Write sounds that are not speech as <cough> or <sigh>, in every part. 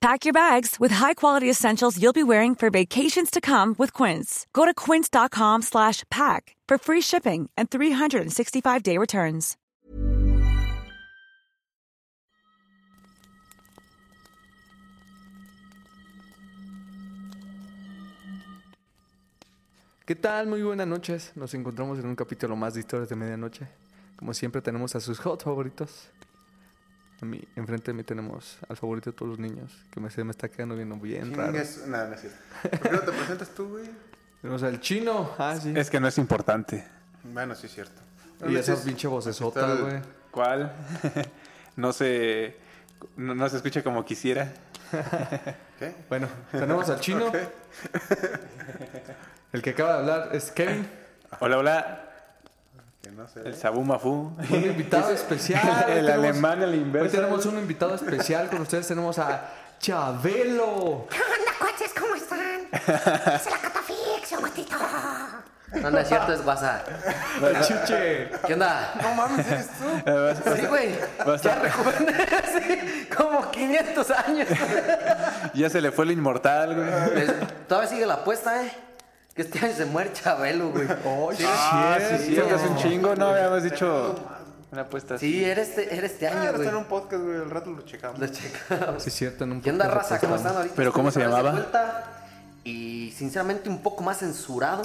Pack your bags with high-quality essentials you'll be wearing for vacations to come with Quince. Go to quince.com slash pack for free shipping and 365-day returns. ¿Qué tal? Muy buenas noches. Nos encontramos en un capítulo más de Historias de Medianoche. Como siempre tenemos a sus hot favoritos. A mí, enfrente de mí tenemos al favorito de todos los niños, que me, se me está quedando viendo bien raro. Chingues- Nada, no es cierto. ¿Por qué no te presentas tú, güey? Tenemos al chino. Ah, sí. Es que no es importante. Bueno, sí es cierto. y esa Entonces, pinche vocesota, Aquí está güey. el- ¿Cuál? <laughs> no se. No, no se escucha como quisiera. ¿Qué? Bueno, tenemos al <laughs> chino. Ok. El que acaba de hablar es <laughs> Kevin, Hola, hola. Que no sé. El Sabu Mafu. <laughs> un invitado especial. Hoy El tenemos- alemán, el Hoy inverso. tenemos un invitado especial con ustedes. Tenemos a Chabelo. ¿Qué onda, coches? ¿Cómo están? Es la catafixio, matito. No, no es cierto, es WhatsApp. El chiche. ¿Qué onda? No mames, eres tú. <laughs> Eh, Sí, güey. Basta. Ya <laughs> rejuvenecí como 500 años. Ya se le fue el inmortal, güey. Les- Todavía sigue la apuesta, ¿eh? Que este año se muere Chabelo, güey. Oh, sí, Ah, es sí, cierto. cierto, es un chingo, ¿no? Habíamos dicho una apuesta así. Sí, era este, era este Ah, año, está güey. en un podcast, güey. Al rato lo checamos. Lo checamos. Sí, es cierto. en un ¿Qué onda, podcast raza? ¿Cómo estamos. están ahorita? ¿Pero cómo se Estamos de llamaba? vuelta Y sinceramente un poco más censurado,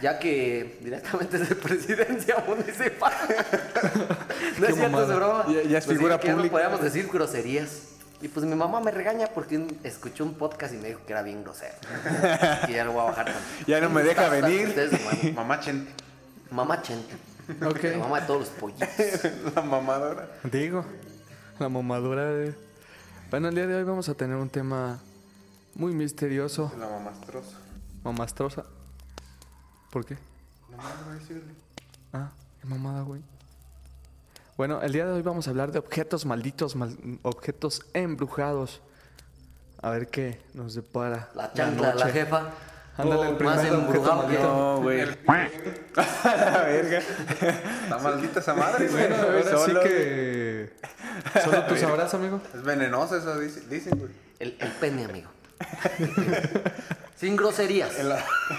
ya que directamente es de presidencia <laughs> <laughs> municipal. no Qué es cierto, mamada. es broma. Ya- ya es Nos figura dijeron que ya pública. No podíamos decir groserías. Y pues mi mamá me regaña porque un- escuchó un podcast y me dijo que era <laughs> bien grosero. y ya lo voy a bajar. tantito. Ya no me deja Basta, venir. ustedes de nuevo. <laughs> Mamá Chen. <laughs> Mamá Chente. Ok. La mamá de todos los <laughs> pollitos. La mamadora. Digo, la mamadura de... Bueno, el día de hoy vamos a tener un tema muy misterioso, La mamastrosa. mamastrosa. ¿Por qué? No mames, güey, sí, güey. Ah, qué mamada, güey. Bueno, el día de hoy vamos a hablar de objetos malditos, mal- objetos embrujados. A ver qué nos depara La chancla de la noche. jefa. Ándale, el primer más objeto embrujado que maldito. No, güey. La verga. Está maldita esa madre, güey. Bueno, ahora Solo, sí que... <laughs> Solo tú sabrás, amigo. Es venenosa eso, dice- dicen, güey. El, el pene, amigo. Sin groserías. El,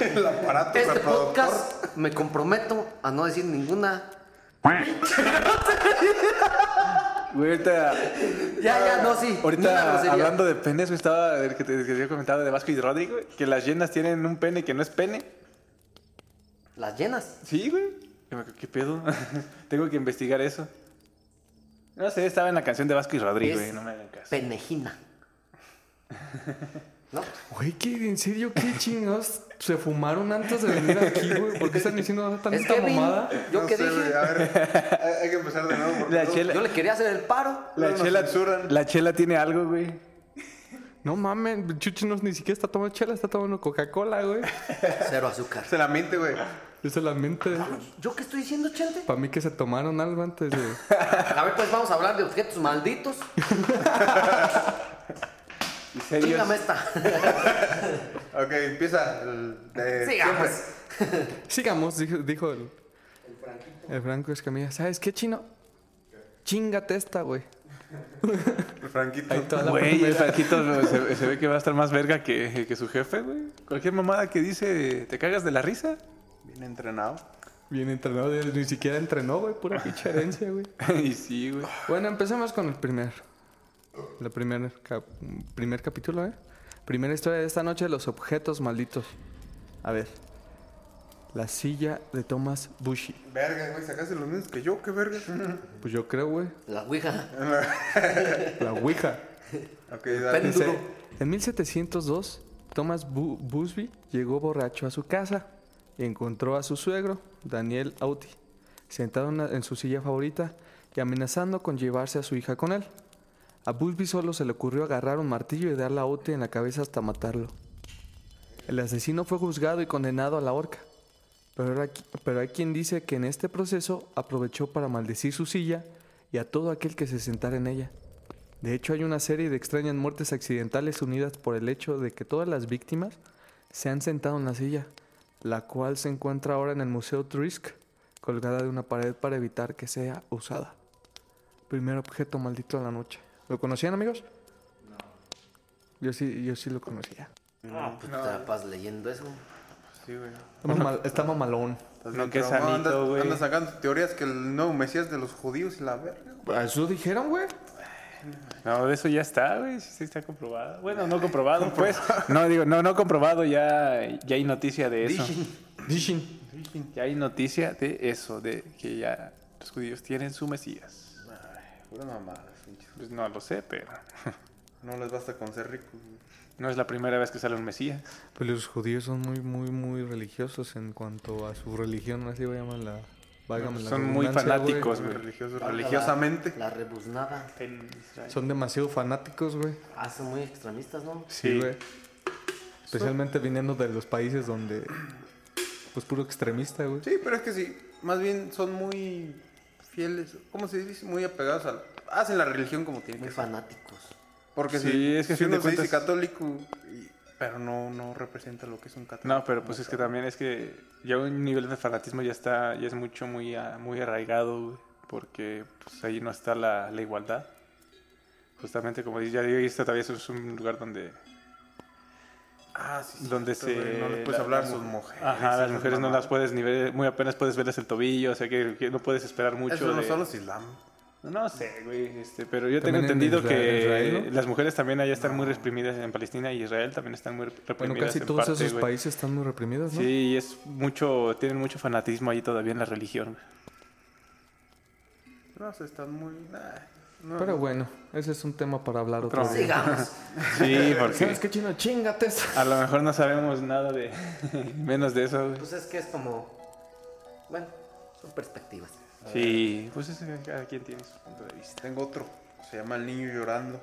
<laughs> el aparato este reproductor. podcast me comprometo a no decir ninguna. Güey, ahorita Ya, ya, no, sí. ni una Ahorita grosería. hablando de penes, güey, estaba el que te que te había comentado de Vasco y Rodrigo, güey, que las llenas tienen un pene que no es pene. Las llenas. Sí, güey. Y me- ¿Qué pedo? <laughs> Tengo que investigar eso. No sé, estaba en la canción de Vasco y Rodrigo, Es güey, no me hagan caso. Penejina. ¿No? Güey, ¿qué, en serio, qué chingados se fumaron antes de venir aquí, güey. ¿Por qué están diciendo tanta Es que Vin, mamada? yo No que sé, dije, güey, A ver, hay, hay que empezar de nuevo. Porque La no- chela, yo le quería hacer el paro. la, nos chela censuran. la chela tiene algo, güey. No mames, Chuchi no, ni siquiera está tomando chela, está tomando Coca-Cola, güey. Cero azúcar. Se la miente, güey. Esa es la mente. ¿Yo qué estoy diciendo, Chente? Para mí que se tomaron algo antes de. <laughs> A ver, pues vamos a hablar de objetos malditos. Y serios. Dígame esta. Ok, empieza. El <laughs> de Sigamos. siempre. Sigamos, dijo, dijo el. El Franco Escamilla. ¿Sabes qué, chino? Chingate esta, güey. El Franquito. Ahí toda la Güey, el primera. Franquito güey, se, se ve que va a estar más verga que, que su jefe, güey. Cualquier mamada que dice, te cagas de la risa. Bien entrenado. Bien entrenado, él ni siquiera entrenó, güey. Pura pinche herencia, güey. <laughs> y sí, güey. Bueno, empecemos con el primer. La primer, cap- primer capítulo, ¿eh? Primera historia de esta noche, los objetos malditos. A ver. La silla de Thomas Bushy. Verga, güey, sacaste los mismos que yo, qué verga. Pues yo creo, güey. La ouija. La Ouija. ok, dale. Pen- Dice, Duro. en 1702, Thomas Bu- Busby llegó borracho a su casa y encontró a su suegro, Daniel Auti, sentado en la- en su silla favorita y amenazando con llevarse a su hija con él. A Busby solo se le ocurrió agarrar un martillo y darle a Auti en la cabeza hasta matarlo. El asesino fue juzgado y condenado a la horca. Pero, era qui- pero hay quien dice que en este proceso aprovechó para maldecir su silla y a todo aquel que se sentara en ella. De hecho, hay una serie de extrañas muertes accidentales unidas por el hecho de que todas las víctimas se han sentado en la silla, la cual se encuentra ahora en el Museo Trisk, colgada de una pared para evitar que sea usada. Primer objeto maldito de la noche. ¿Lo conocían, amigos? Yo sí, yo sí lo conocía. Mm, No, pues te la pasas leyendo eso. Sí, güey. Está mal- está mamalón. Estás No, bien que traumado, sanito, andas- güey. Andas sacando teorías que el nuevo Mesías de los judíos y la verga. ¿Eso dijeron, güey? <laughs> No, eso ya está, güey. Sí, sí está comprobado. Bueno, no comprobado, pues. No, digo, no, no comprobado. Ya, ya hay noticia de eso. Dishin. Ya hay noticia de eso, de que ya los judíos tienen su Mesías. Pura mamada, pinche. Pues no lo sé, pero No les basta con ser ricos, güey. no es la primera vez que sale un Mesías. Pues los judíos son muy, muy, muy religiosos en cuanto a su religión, así voy a llamarla. válgame la Son muy redundancia, güey. fanáticos, güey. Religiosos, religiosamente. Ah, La, la rebuznada. Son demasiado fanáticos, güey. Ah, son muy extremistas, ¿no? Sí, Sí, güey. Especialmente viniendo de los países donde. Pues puro extremista, güey. Sí, pero es que sí. Más bien son muy fieles. ¿Cómo se dice? Muy apegados al. Hacen la religión como tiene Muy que ser. fanáticos. Porque Sí, si, es que a si fin de uno se dice cuentas- católico, y- pero no, no representa lo que es un católico. No, pero pues es que también es que ya un nivel de fanatismo ya está, ya es mucho, muy, ah, muy arraigado, güey, porque pues ahí no está la, la igualdad. Justamente como dice, ya digo, esto todavía es un lugar donde, eh, Ah, sí, sí, donde cierto, se... güey, No les puedes la- hablar a la sus mu- mujeres. Ajá, las esas mujeres no mamadas. las puedes ni ver, muy apenas puedes verles el tobillo, o sea que, que no puedes esperar mucho Eso no de- son los islam. No sé, güey, este, pero yo tengo También en entendido Israel- que Israel, ¿no? las mujeres también allá están muy reprimidas en Palestina y Israel también están muy reprimidas Bueno, casi en todos parte, esos güey. países están muy reprimidos, ¿no? Sí, y es mucho, tienen mucho fanatismo ahí todavía en la religión. güey. No, se están muy. nah, no, Pero bueno, ese es un tema para hablar otro Otro. día. Sigamos. Sí, porque ¿Sabes qué chino? Chingate esa. a lo mejor no sabemos nada de <laughs> menos de eso. güey. <laughs> Pues es que es como. Bueno, son perspectivas. Sí, pues es que cada quien tiene su punto de vista. Tengo otro. Se llama El niño llorando.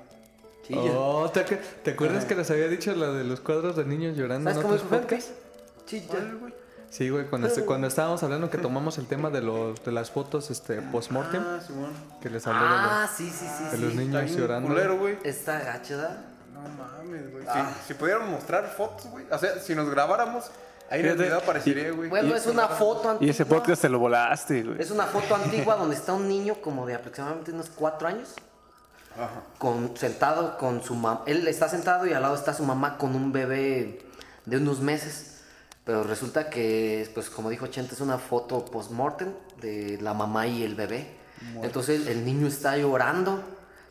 Sí, Oh, ¿te, acu- te Ah. acuerdas que les había dicho la de los cuadros de niños llorando en ¿Sabes cómo otros dijo Jorge? podcasts? Chilla. Sí, güey, cuando, este- cuando estábamos hablando que tomamos el tema de, los de las fotos este, post-mortem, Ah, Simón. que les hablé Ah, sí, sí, sí. de los, de los sí. niños bien llorando. culero, güey. Está gachada. Eh, No mames, güey. Ah. Si- Si, pudiéramos mostrar fotos, güey. O sea, si nos grabáramos, ahí en el Fíjate, video aparecería, güey. Bueno, es una foto antigua. Y ese podcast te lo volaste, güey. Es una foto antigua donde está un niño como de aproximadamente unos cuatro años. Con, sentado con su mamá. Él está sentado y al lado está su mamá con un bebé de unos meses. Pero resulta que, pues como dijo Chente, es una foto post-mortem de la mamá y el bebé. Entonces el niño está llorando.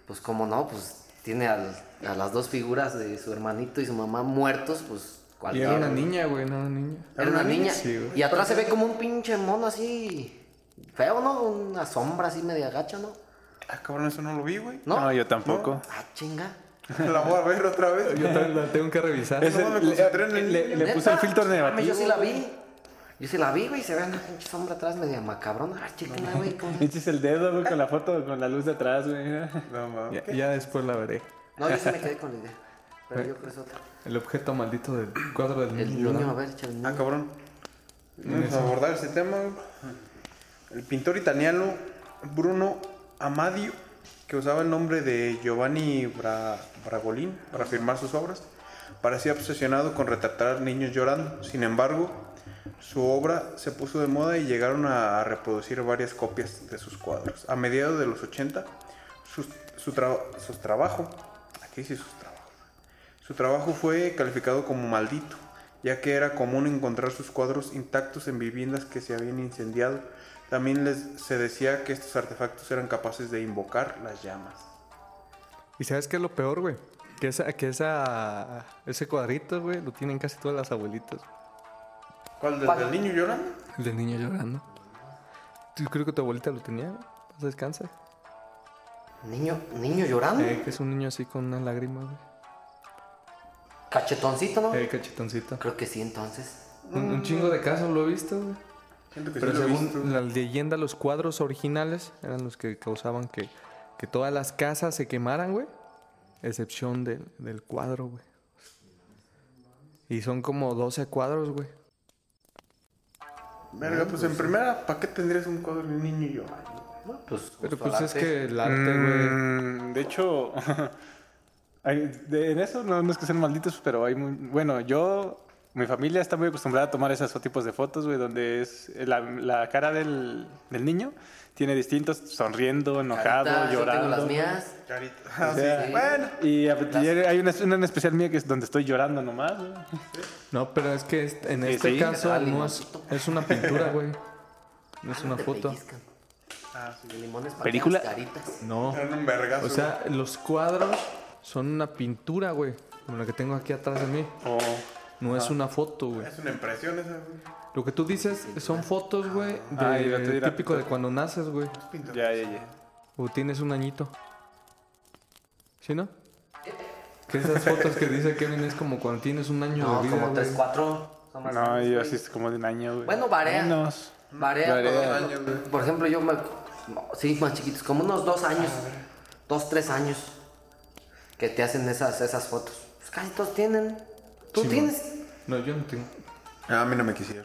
Pues como no, pues tiene al- a las dos figuras de su hermanito y su mamá muertos, pues Y era una cualquiera. niña, güey, no era niña. Era una niña. Sí, güey. y atrás se ve como un pinche mono así. Feo, ¿no? Una sombra así media gacha, ¿no? Ah, cabrón, eso no lo vi, güey. <laughs> ¿No? No, yo tampoco. Ah, chinga. La voy a ver otra vez. Yo también la tengo que revisar. Ese- No, me concentré en el le, niño. le puse el filtro Mami, negativo. Yo sí la vi. Yo sí la vi, güey. Se ve una pinche sombra atrás media macabrona. Ah, chéquenla, güey. cómo- Eches el dedo, güey, con la foto, con la luz de atrás, güey. No mames. Ya, ya después la veré. No, yo sí me quedé con la idea. Pero yo creo que es otra. El objeto maldito del cuadro del niño El niño, a llorando. ver, echa el Ah, niño. cabrón. Vamos a abordar ese tema. güey. El pintor italiano Bruno Amadio, que usaba el nombre de Giovanni Bra- Bragolin para firmar sus obras, parecía obsesionado con retratar niños llorando. Sin embargo, su obra se puso de moda y llegaron a reproducir varias copias de sus cuadros. A mediados de los 80, sus, su tra- sus trabajo, aquí dice sus trabajos, su trabajo fue calificado como maldito, ya que era común encontrar sus cuadros intactos en viviendas que se habían incendiado. También les, se decía que estos artefactos eran capaces de invocar las llamas. ¿Y sabes qué es lo peor, güey? Que, esa, que esa, ese cuadrito, güey, lo tienen casi todas las abuelitas. ¿Cuál? ¿Desde ¿Cuál? el niño llorando? El del niño llorando. Yo creo que tu abuelita lo tenía, güey. Paz Descansa. Niño, niño llorando. Eh, que es un niño así con una lágrima, güey. Cachetoncito, ¿no? El Eh, cachetoncito. Creo que sí, entonces. Un, un chingo de casos lo he visto, güey. Siento que sí Pero lo he según visto. la leyenda, los cuadros originales eran los que causaban que, que todas las casas se quemaran, güey. Excepción del, del cuadro, güey. Y son como 12 cuadros, güey. Verga, pues en primera, ¿para qué tendrías un cuadro de un niño y yo? Bueno, pues, Pero justo al pues es arte. que el arte, güey. Mm, de <laughs> hecho, hay- de- en eso no, no es que sean malditos, pero hay muy... Bueno, yo... Mi familia está muy acostumbrada a tomar esos tipos de fotos, güey, donde es eh, la, la cara del, del niño tiene distintos, sonriendo, enojado, Ahorita yo llorando. tengo las mías. Carita. O sea, Sí. Bueno, y a- y hay una, una en especial mía que es donde estoy llorando nomás, güey. No, pero es que est- en Sí, este sí. caso Ah, no es, limoncito. es una pintura, güey. No es Ah, una te foto. pellizcan. De limones para Película. las caritas. No. Eran un vergazo. O sea, los cuadros son una pintura, güey. Como la que tengo aquí atrás de mí. O No es una foto, güey. güey. Es una impresión esa, güey. Lo que tú dices son fotos, güey, Ah, y lo te de, dirá- típico de cuando naces, güey. ya, ya, ya. O tienes un añito. ¿Sí, no? Que esas fotos que dice Kevin es como cuando tienes un año No, de vida. como güey. 3, 4. No, yo así es como de un año, güey. Bueno, varía. Menos. Varea. Varea. por ejemplo, Por ejemplo, yo me. no, Sí, más chiquitos, como unos dos años. Dos, tres años. Que te hacen esas, esas fotos. Pues casi todos tienen. Tú Sí, tienes. No, yo no tengo. Ah, a mí no me quisieron.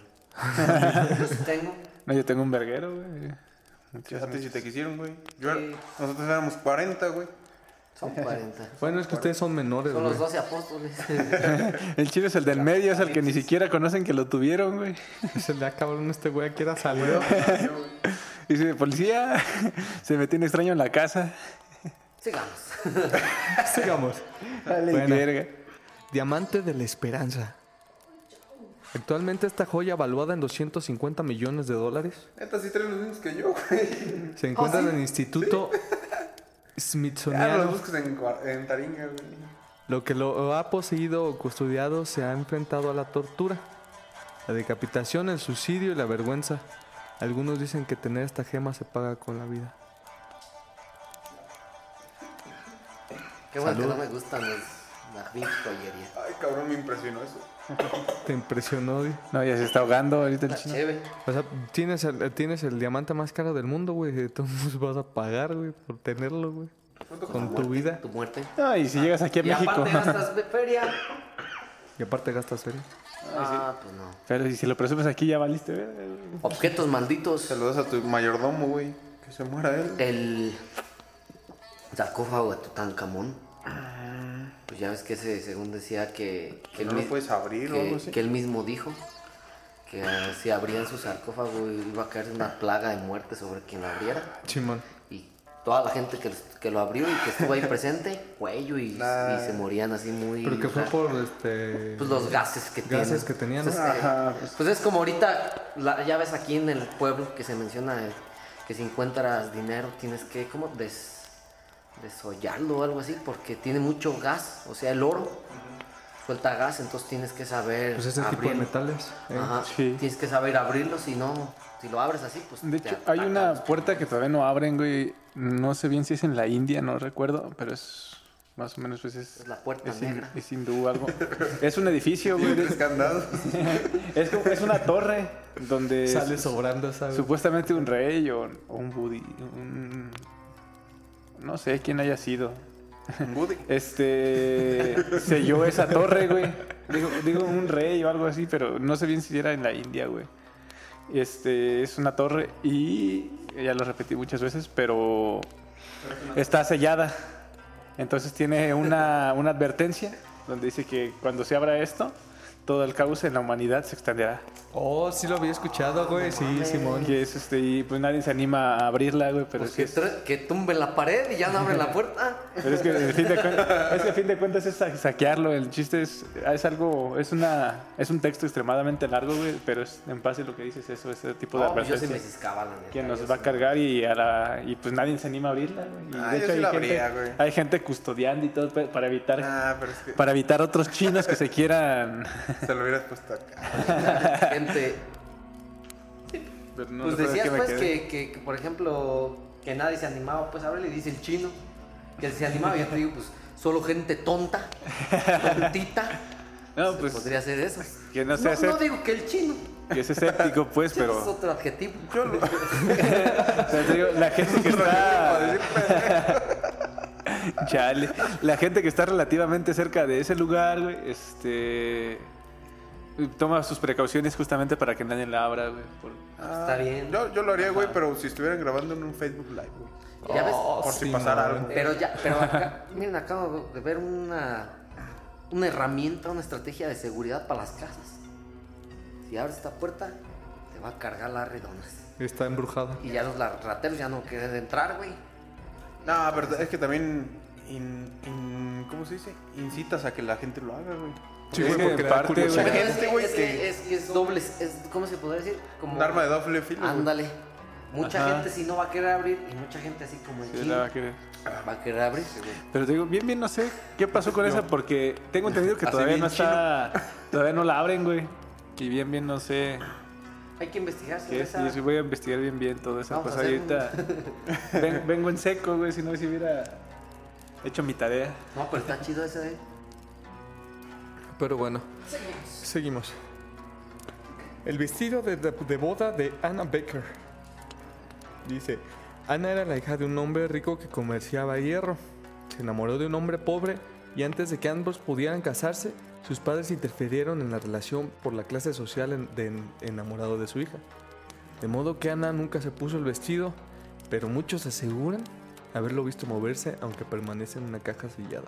Yo sí tengo. No, yo tengo un verguero, güey. Fíjate si te quisieron, güey. Yo era- Sí. Nosotros éramos 40, güey. Son 40. Bueno, es que ustedes son menores, Son güey. <laughs> los 12 apóstoles. El chido es el del medio, es el que ni siquiera conocen que lo tuvieron, güey. Se le acabaron este güey aquí era salido. Dice, policía, <laughs> se metió un extraño en la casa. Sigamos. <laughs> Sigamos. Dale, Bueno. verga. Diamante de la Esperanza. Actualmente esta joya valuada en 250 millones de dólares Neta, sí traen los mismos que yo, güey. se ¿Ah, encuentra en el <laughs> Instituto Smithsoniano. Ya Ah, los busques en, cua- en Taringa, güey. Lo que lo ha poseído o custodiado se ha enfrentado a la tortura, la decapitación, el suicidio y la vergüenza. Algunos dicen que tener esta gema se paga con la vida. Qué bueno que no me gustan los, la big joyería. Ay, cabrón, me impresionó eso. Te impresionó, di. No, ya se está ahogando ahorita el La chino. cheve. O sea, tienes el, tienes el diamante más caro del mundo, güey. De todos modos vas a pagar, güey, por tenerlo, güey. Con tu vida. Tu muerte. No, y si llegas aquí a Y México. aparte gastas de feria. Y aparte gastas feria. Ah, pues no. <laughs> Pero y si lo presumes aquí, ya valiste, verga, güey. Objetos malditos. Se lo das a tu mayordomo, güey. Que se muera Eh, él. El sarcófago de Tutankamón. Pues ya ves que ese, según decía que, que Ah. no lo puedes abrir o que- algo así. que él mismo dijo que eh, si abrían su sarcófago iba a caer una plaga de muerte sobre quien lo abriera. Chimón. Y toda la gente que, que lo abrió y que estuvo ahí presente, cuello y, y se morían así muy... Pero que fue o sea, por este. pues los gases que tienen. Gases que tenían, ¿no? Entonces, eh, pues, es como ahorita, la- ya ves aquí en el pueblo que se menciona eh, que si encuentras dinero tienes que como des, desollarlo o algo así porque tiene mucho gas, o sea, el oro suelta gas, entonces tienes que saber Pues ese tipo de abrirlo. metales. ¿eh? Ajá, Sí. Tienes que saber abrirlo, si no, si lo abres así, pues... De te hecho, hay atacan. una puerta que todavía no abren, güey. No sé bien si es en la India, no recuerdo, pero es más o menos pues es... Es la puerta es hin- negra. es hindú <laughs> o algo. es un edificio, güey. Tres de- candados. Es, como- es una torre donde Sale sobrando, ¿sabes? supuestamente un rey o, o un budí, un- No sé quién haya sido. Un <laughs> Woody. Eh, Este... selló esa torre, güey. Digo, digo un rey o algo así, pero no sé bien si era en la India, güey. Este, es una torre y ya lo repetí muchas veces, pero está sellada. Entonces tiene una, una advertencia donde dice que cuando se abra esto, todo el caos en la humanidad se extenderá. Oh, sí lo había escuchado, güey. Sí, Simón. Que es este, y pues nadie se anima a abrirla, güey, pero Pues sí que, es- tra- que tumbe la pared y ya no abre la puerta. <laughs> Pero es que a fin de cuentas, es que a fin de cuentas es sa- saquearlo. El chiste es, es algo, es una, es un texto extremadamente largo, güey, pero es en base lo que dices eso, ese tipo de Oh, No, pues yo sí advertencia. me ciscaba, la neta. que yo nos va a sí. cargar y a la- y pues nadie se anima a abrirla, güey. Y Ah, yo sí hay, la gente, abría, güey. hay gente custodiando y todo pe- para evitar Ah, pero es que para evitar otros chinos que se quieran. se lo hubieras puesto acá. Gente, Pero no recuerdo Pues decías qué me pues quedé. que, que, que, por ejemplo, que nadie se animaba, pues ahora le dice el chino, que se animaba, y yo te digo, pues solo gente tonta, tontita, <laughs> no, se pues podría ser eso. que no sea no, ese- digo que el chino, que es escéptico, pues, pero... es <laughs> pero otro adjetivo. <laughs> Pero te digo, la <laughs> gente que está. pues, Chale. La gente que está relativamente cerca de ese lugar, güey, este. toma sus precauciones justamente para que nadie la abra, güey. por- Está bien. ah, Yo, yo lo haría, güey, pero si estuvieran grabando en un Facebook Live, güey. Ya ves, Oh, Por si pasara algo. Pero ya, pero acá, miren, acabo de ver una, una herramienta, una estrategia de seguridad para las casas. Si abres esta puerta, te va a cargar las redonas. Está embrujada. Y ya los la- rateros ya no quieren entrar, güey. No, pero es que también. in- in- ¿Cómo se dice? Incitas a que la gente lo haga, güey. Sí, Es güey, que porque en da parte, curiosidad. güey. Pero es gente, que- este güey, es, que- que es, es doble, es, ¿cómo se podría decir? Como Un arma de doble filo. güey. Ándale. Mucha Ajá. gente si no va a querer abrir y mucha gente así como en Sí, chinga la va a querer. va a querer abrir, güey. Pero te digo, bien, bien, no sé qué pasó con esa porque tengo entendido que Así todavía bien no está. Todavía no la abren, güey. Y bien, bien, no sé Hay que investigar sobre qué es. esa- Y yo voy a investigar bien, bien todo eso. Vamos Pues a hacer ahorita. <laughs> ven- vengo en seco, güey, si no, si hubiera hecho mi tarea. No, pero está chido ese, güey. Pero bueno, seguimos. El vestido de, de- de boda de Anna Baker. Dice, Anna era la hija de un hombre rico que comerciaba hierro. Se enamoró de un hombre pobre y antes de que ambos pudieran casarse, sus padres interfirieron en la relación por la clase social en- de en- enamorado de su hija. De modo que Anna nunca se puso el vestido, pero muchos aseguran haberlo visto moverse aunque permanece en una caja sellada.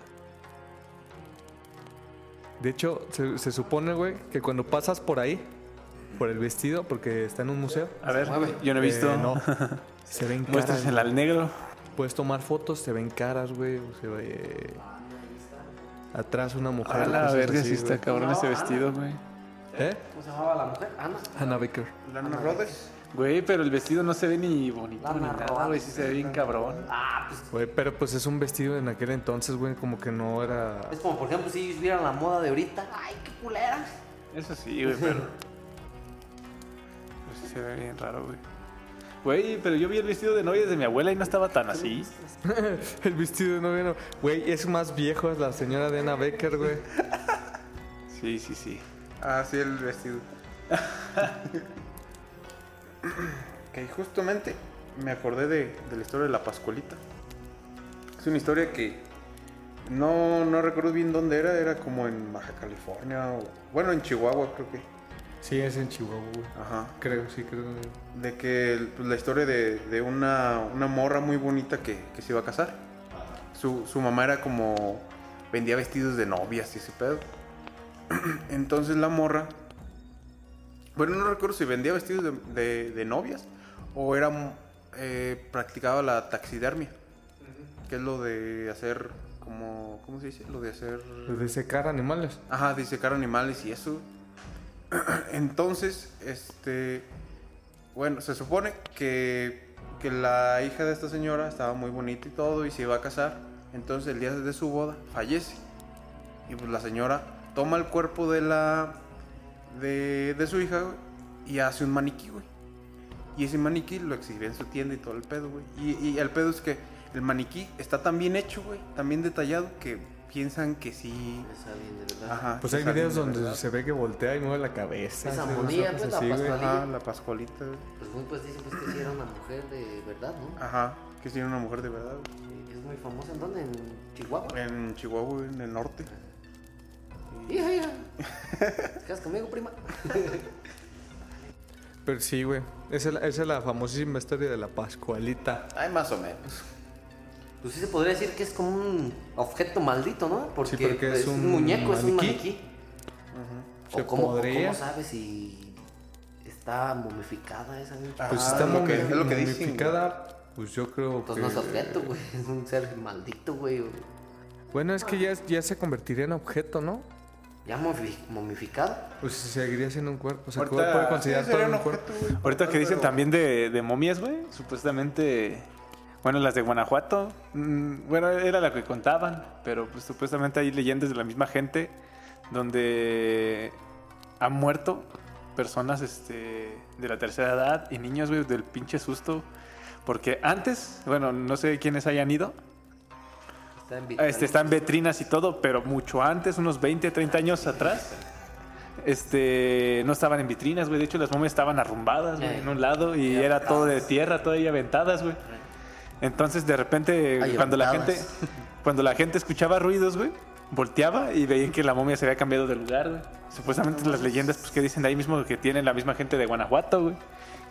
De hecho, se, se supone, güey, que cuando pasas por ahí, por el vestido, porque está en un museo. A ver, yo no he eh, visto. <laughs> no. Se ven caras. Muestras el al negro. Puedes tomar fotos, se ven caras, güey. o se ve. Atrás una mujer. A la cosas verga, así, Pues este sí está güey. cabrón ese vestido, güey. ¿Eh? ¿Cómo se llamaba la mujer? Ah, Ana. Hannah Baker. Lana Rodes. Güey, pero el vestido no se ve ni bonito La ni nada, narró. güey. Sí se ve bien cabrón. Ah, pues Güey, pero pues es un vestido en aquel entonces, güey, como que no era. <laughs> es como por ejemplo si ellos vieran la moda de ahorita. Ay, qué culera. Eso sí, güey, pero. <laughs> Pues sí se ve bien raro, güey. Güey, pero yo vi el vestido de novia de mi abuela y no estaba tan así. el vestido no vino. Güey, es más viejo, es la señora de Anna Baker, güey. Sí, sí, sí. Ah, sí, el vestido. que justamente me acordé de, de la historia de la Pascualita. Es una historia que no, no recuerdo bien dónde era, era como en Baja California o bueno, en Chihuahua creo que. Sí, es en Chihuahua, güey. Ajá. Creo, sí, creo. De que el- pues, la historia de, de una, una morra muy bonita que, que se iba a casar. Su, su mamá era como. vendía vestidos de novias y ese pedo. <clears throat> Entonces la morra. Bueno, no recuerdo si vendía vestidos de, de- de novias o era. eh, practicaba la taxidermia. Que es lo de hacer. como. ¿Cómo se dice? Lo de hacer. De secar Pues, animales. Ajá, disecar animales y eso. <clears throat> Entonces, este. Bueno, se supone que, que la hija de esta señora estaba muy bonita y todo y se iba a casar. Entonces, el día de su boda, fallece. Y pues la señora toma el cuerpo de la. de, de su hija güey, y hace un maniquí, güey. Y ese maniquí lo exhibe en su tienda y todo el pedo, güey. Y, y el pedo es que el maniquí está tan bien hecho, güey, tan bien detallado que piensan que sí. Esa bien, de verdad. Ajá, Pues que hay salen videos de donde verdad. se ve que voltea y mueve la cabeza. Esa hace monía, cosas pues, la así, güey. pascualita. Ajá, la Pascualita. güey. Pues muy pues dicen pues, que sí era una mujer de verdad, ¿no? Eh, Ajá, que tiene una mujer de verdad. güey. Es muy famosa en dónde? En Chihuahua. En Chihuahua, güey, en el norte. Hija, hija. <laughs> ¿Te casas conmigo, prima? <laughs> Pero sí, güey. Esa, es la- esa es la famosísima historia de la Pascualita. Ay, más o menos. Pues sí se podría decir que es como un objeto maldito, ¿no? Porque, Sí, porque es pues, es un un muñeco, es un maniquí. maniquí. Se O cómo, o podría. cómo sabes si está momificada esa niña? Pues Ah, está lo que- momi- es lo que dicen, momificada, pues yo creo Entonces que... no es objeto, güey. Es un ser maldito, güey. Bueno, es que ya, es- ya se convertiría en objeto, ¿no? Ya momi- momificado. Pues seguiría siendo un cuerpo. O sea, Ahorita- puede sí, considerar sería todo un un objeto, cuerpo. güey. Ahorita que dicen también de, de momias, güey. Supuestamente. Bueno, las de Guanajuato. mm, Bueno, era la que contaban. Pero pues, supuestamente hay leyendas de la misma gente. Donde han muerto personas este, de la tercera edad y niños, güey, del pinche susto. Porque antes, bueno, no sé quiénes hayan ido. Está en vitrina. Este, están vetrinas y todo, pero mucho antes, unos 20, 30 años atrás, este, no estaban en vitrinas, güey. De hecho, las momias estaban arrumbadas, güey, Eh. en un lado y era todo de tierra, todavía aventadas, güey. Entonces, de repente, Ay, cuando la gente, aventadas. <laughs> cuando la gente escuchaba ruidos, güey, volteaba y veían que la momia se había cambiado de lugar, güey. Supuestamente las leyendas, pues, que dicen de ahí mismo que tienen la misma gente de Guanajuato, güey.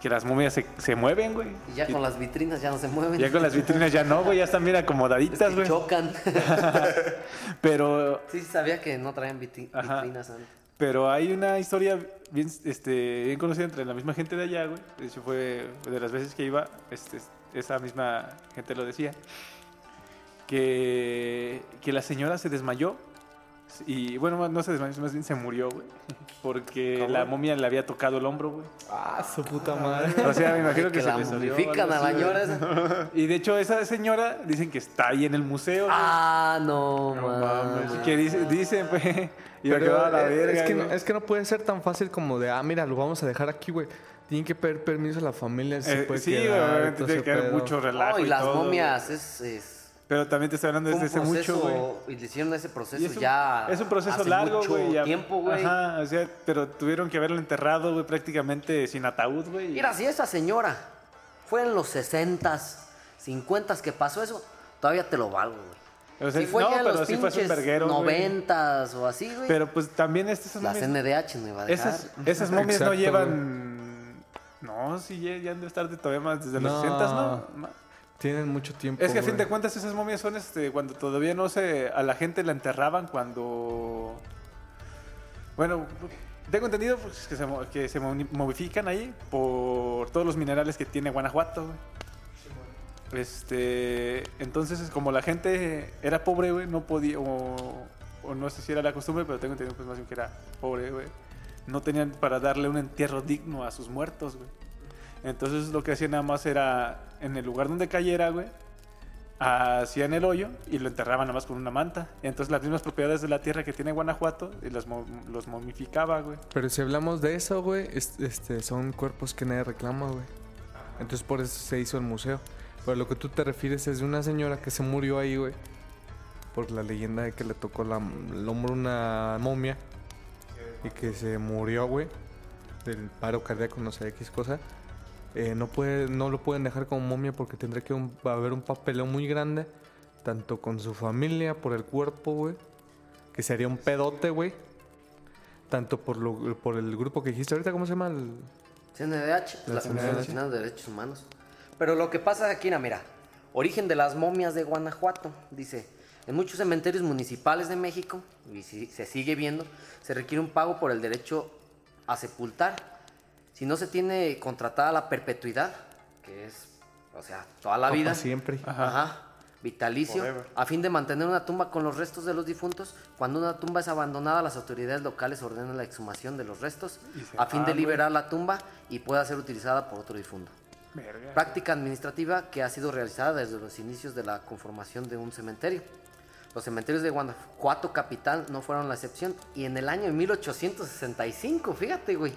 Que las momias se, se mueven, güey. Y ya con las vitrinas ya no se mueven. Ya con las vitrinas ya no, güey, ya están bien <laughs> Es acomodaditas, que güey. chocan. <laughs> Pero, sí, sabía que no traían vitri- Ajá. vitrinas antes. pero hay una historia bien, este, bien conocida entre la misma gente de allá, güey. De hecho, fue de las veces que iba, este, esa misma gente lo decía. Que, que la señora se desmayó. Y bueno, no se desmayó, más bien se murió, güey. Porque la momia le había tocado el hombro, güey. Ah, su puta madre. <laughs> O sea, me imagino Que, que, se la le salió momifican algo a la así, güey. señora esa. <laughs> Y de hecho, esa señora dicen que está ahí en el museo. güey. Ah, no, No mames, mames. Que dice, dicen, pues. <laughs> Y Pero va a la es- verga. eh, es, que no, güey. es que no puede ser tan fácil como de, ah, mira, lo vamos a dejar aquí, güey. Tienen que pedir permiso a la familia. si Eh, puede sí, quedar, obviamente todo tiene ese que haber pedo. mucho relajo. No, y y las todo, güey. momias es, es Pero también te estoy hablando un desde hace mucho, güey. proceso, y le hicieron ese proceso Y es un- ya Es un proceso hace largo, mucho güey. ya- tiempo, güey. Ajá, o sea, pero tuvieron que haberlo enterrado, güey, prácticamente sin ataúd, güey. Mira, si esa señora fue en los 60s, 50s que pasó eso, todavía te lo valgo, güey. O sea, si fue no, ya en pero los sí fue pinches verguero, güey. 90s o así, güey. Pero pues también estas son las mis- NDH no iba a dejar. Esas, esas momias Exacto, no llevan. No, sí, ya, ya han de estar de todavía más desde los No. 60, ¿no? Ma- Tienen mucho tiempo. Es que a fin güey. de cuentas esas momias son este cuando todavía no se a la gente la enterraban cuando bueno tengo entendido pues, que se, mo- que se mo- momifican ahí por todos los minerales que tiene Guanajuato. güey. Este, entonces es como la gente era pobre, güey, no podía o, o no sé si era la costumbre, pero tengo entendido pues más bien que era pobre, güey. No tenían para darle un entierro digno a sus muertos, güey. Entonces lo que hacían nada más era en el lugar donde cayera, güey, hacían el hoyo y lo enterraban nada más con una manta. Entonces las mismas propiedades de la tierra que tiene Guanajuato y las mo- los momificaba, güey. Pero si hablamos de eso, güey, es- este, son cuerpos que nadie reclama, güey. Entonces por eso se hizo el museo. Pero lo que tú te refieres es de una señora que se murió ahí, güey. Por la leyenda de que le tocó la, el hombro una momia. Y que se murió, güey. Del paro cardíaco, no sé, X cosa. Eh, no, puede, no lo pueden dejar como momia porque tendría que un- haber un papelón muy grande. Tanto con su familia, por el cuerpo, güey. Que sería un pedote, güey. Tanto por, lo, por el grupo que dijiste ahorita, ¿cómo se llama? El- CNDH, la Las Comisión Nacional de Derechos Humanos. Pero lo que pasa aquí, mira, mira, origen de las momias de Guanajuato, dice, en muchos cementerios municipales de México, y si- se sigue viendo, se requiere un pago por el derecho a sepultar. Si no se tiene contratada la perpetuidad, que es, o sea, toda la Ojo, vida. siempre. Ah. Ajá. Vitalicio, a fin de mantener una tumba con los restos de los difuntos, cuando una tumba es abandonada, las autoridades locales ordenan la exhumación de los restos se a fin van, de güey. liberar la tumba y pueda ser utilizada por otro difunto. Práctica administrativa que ha sido realizada desde los inicios de la conformación de un cementerio. Los cementerios de Guanajuato capital no fueron la excepción y en el año de 1865, fíjate, güey,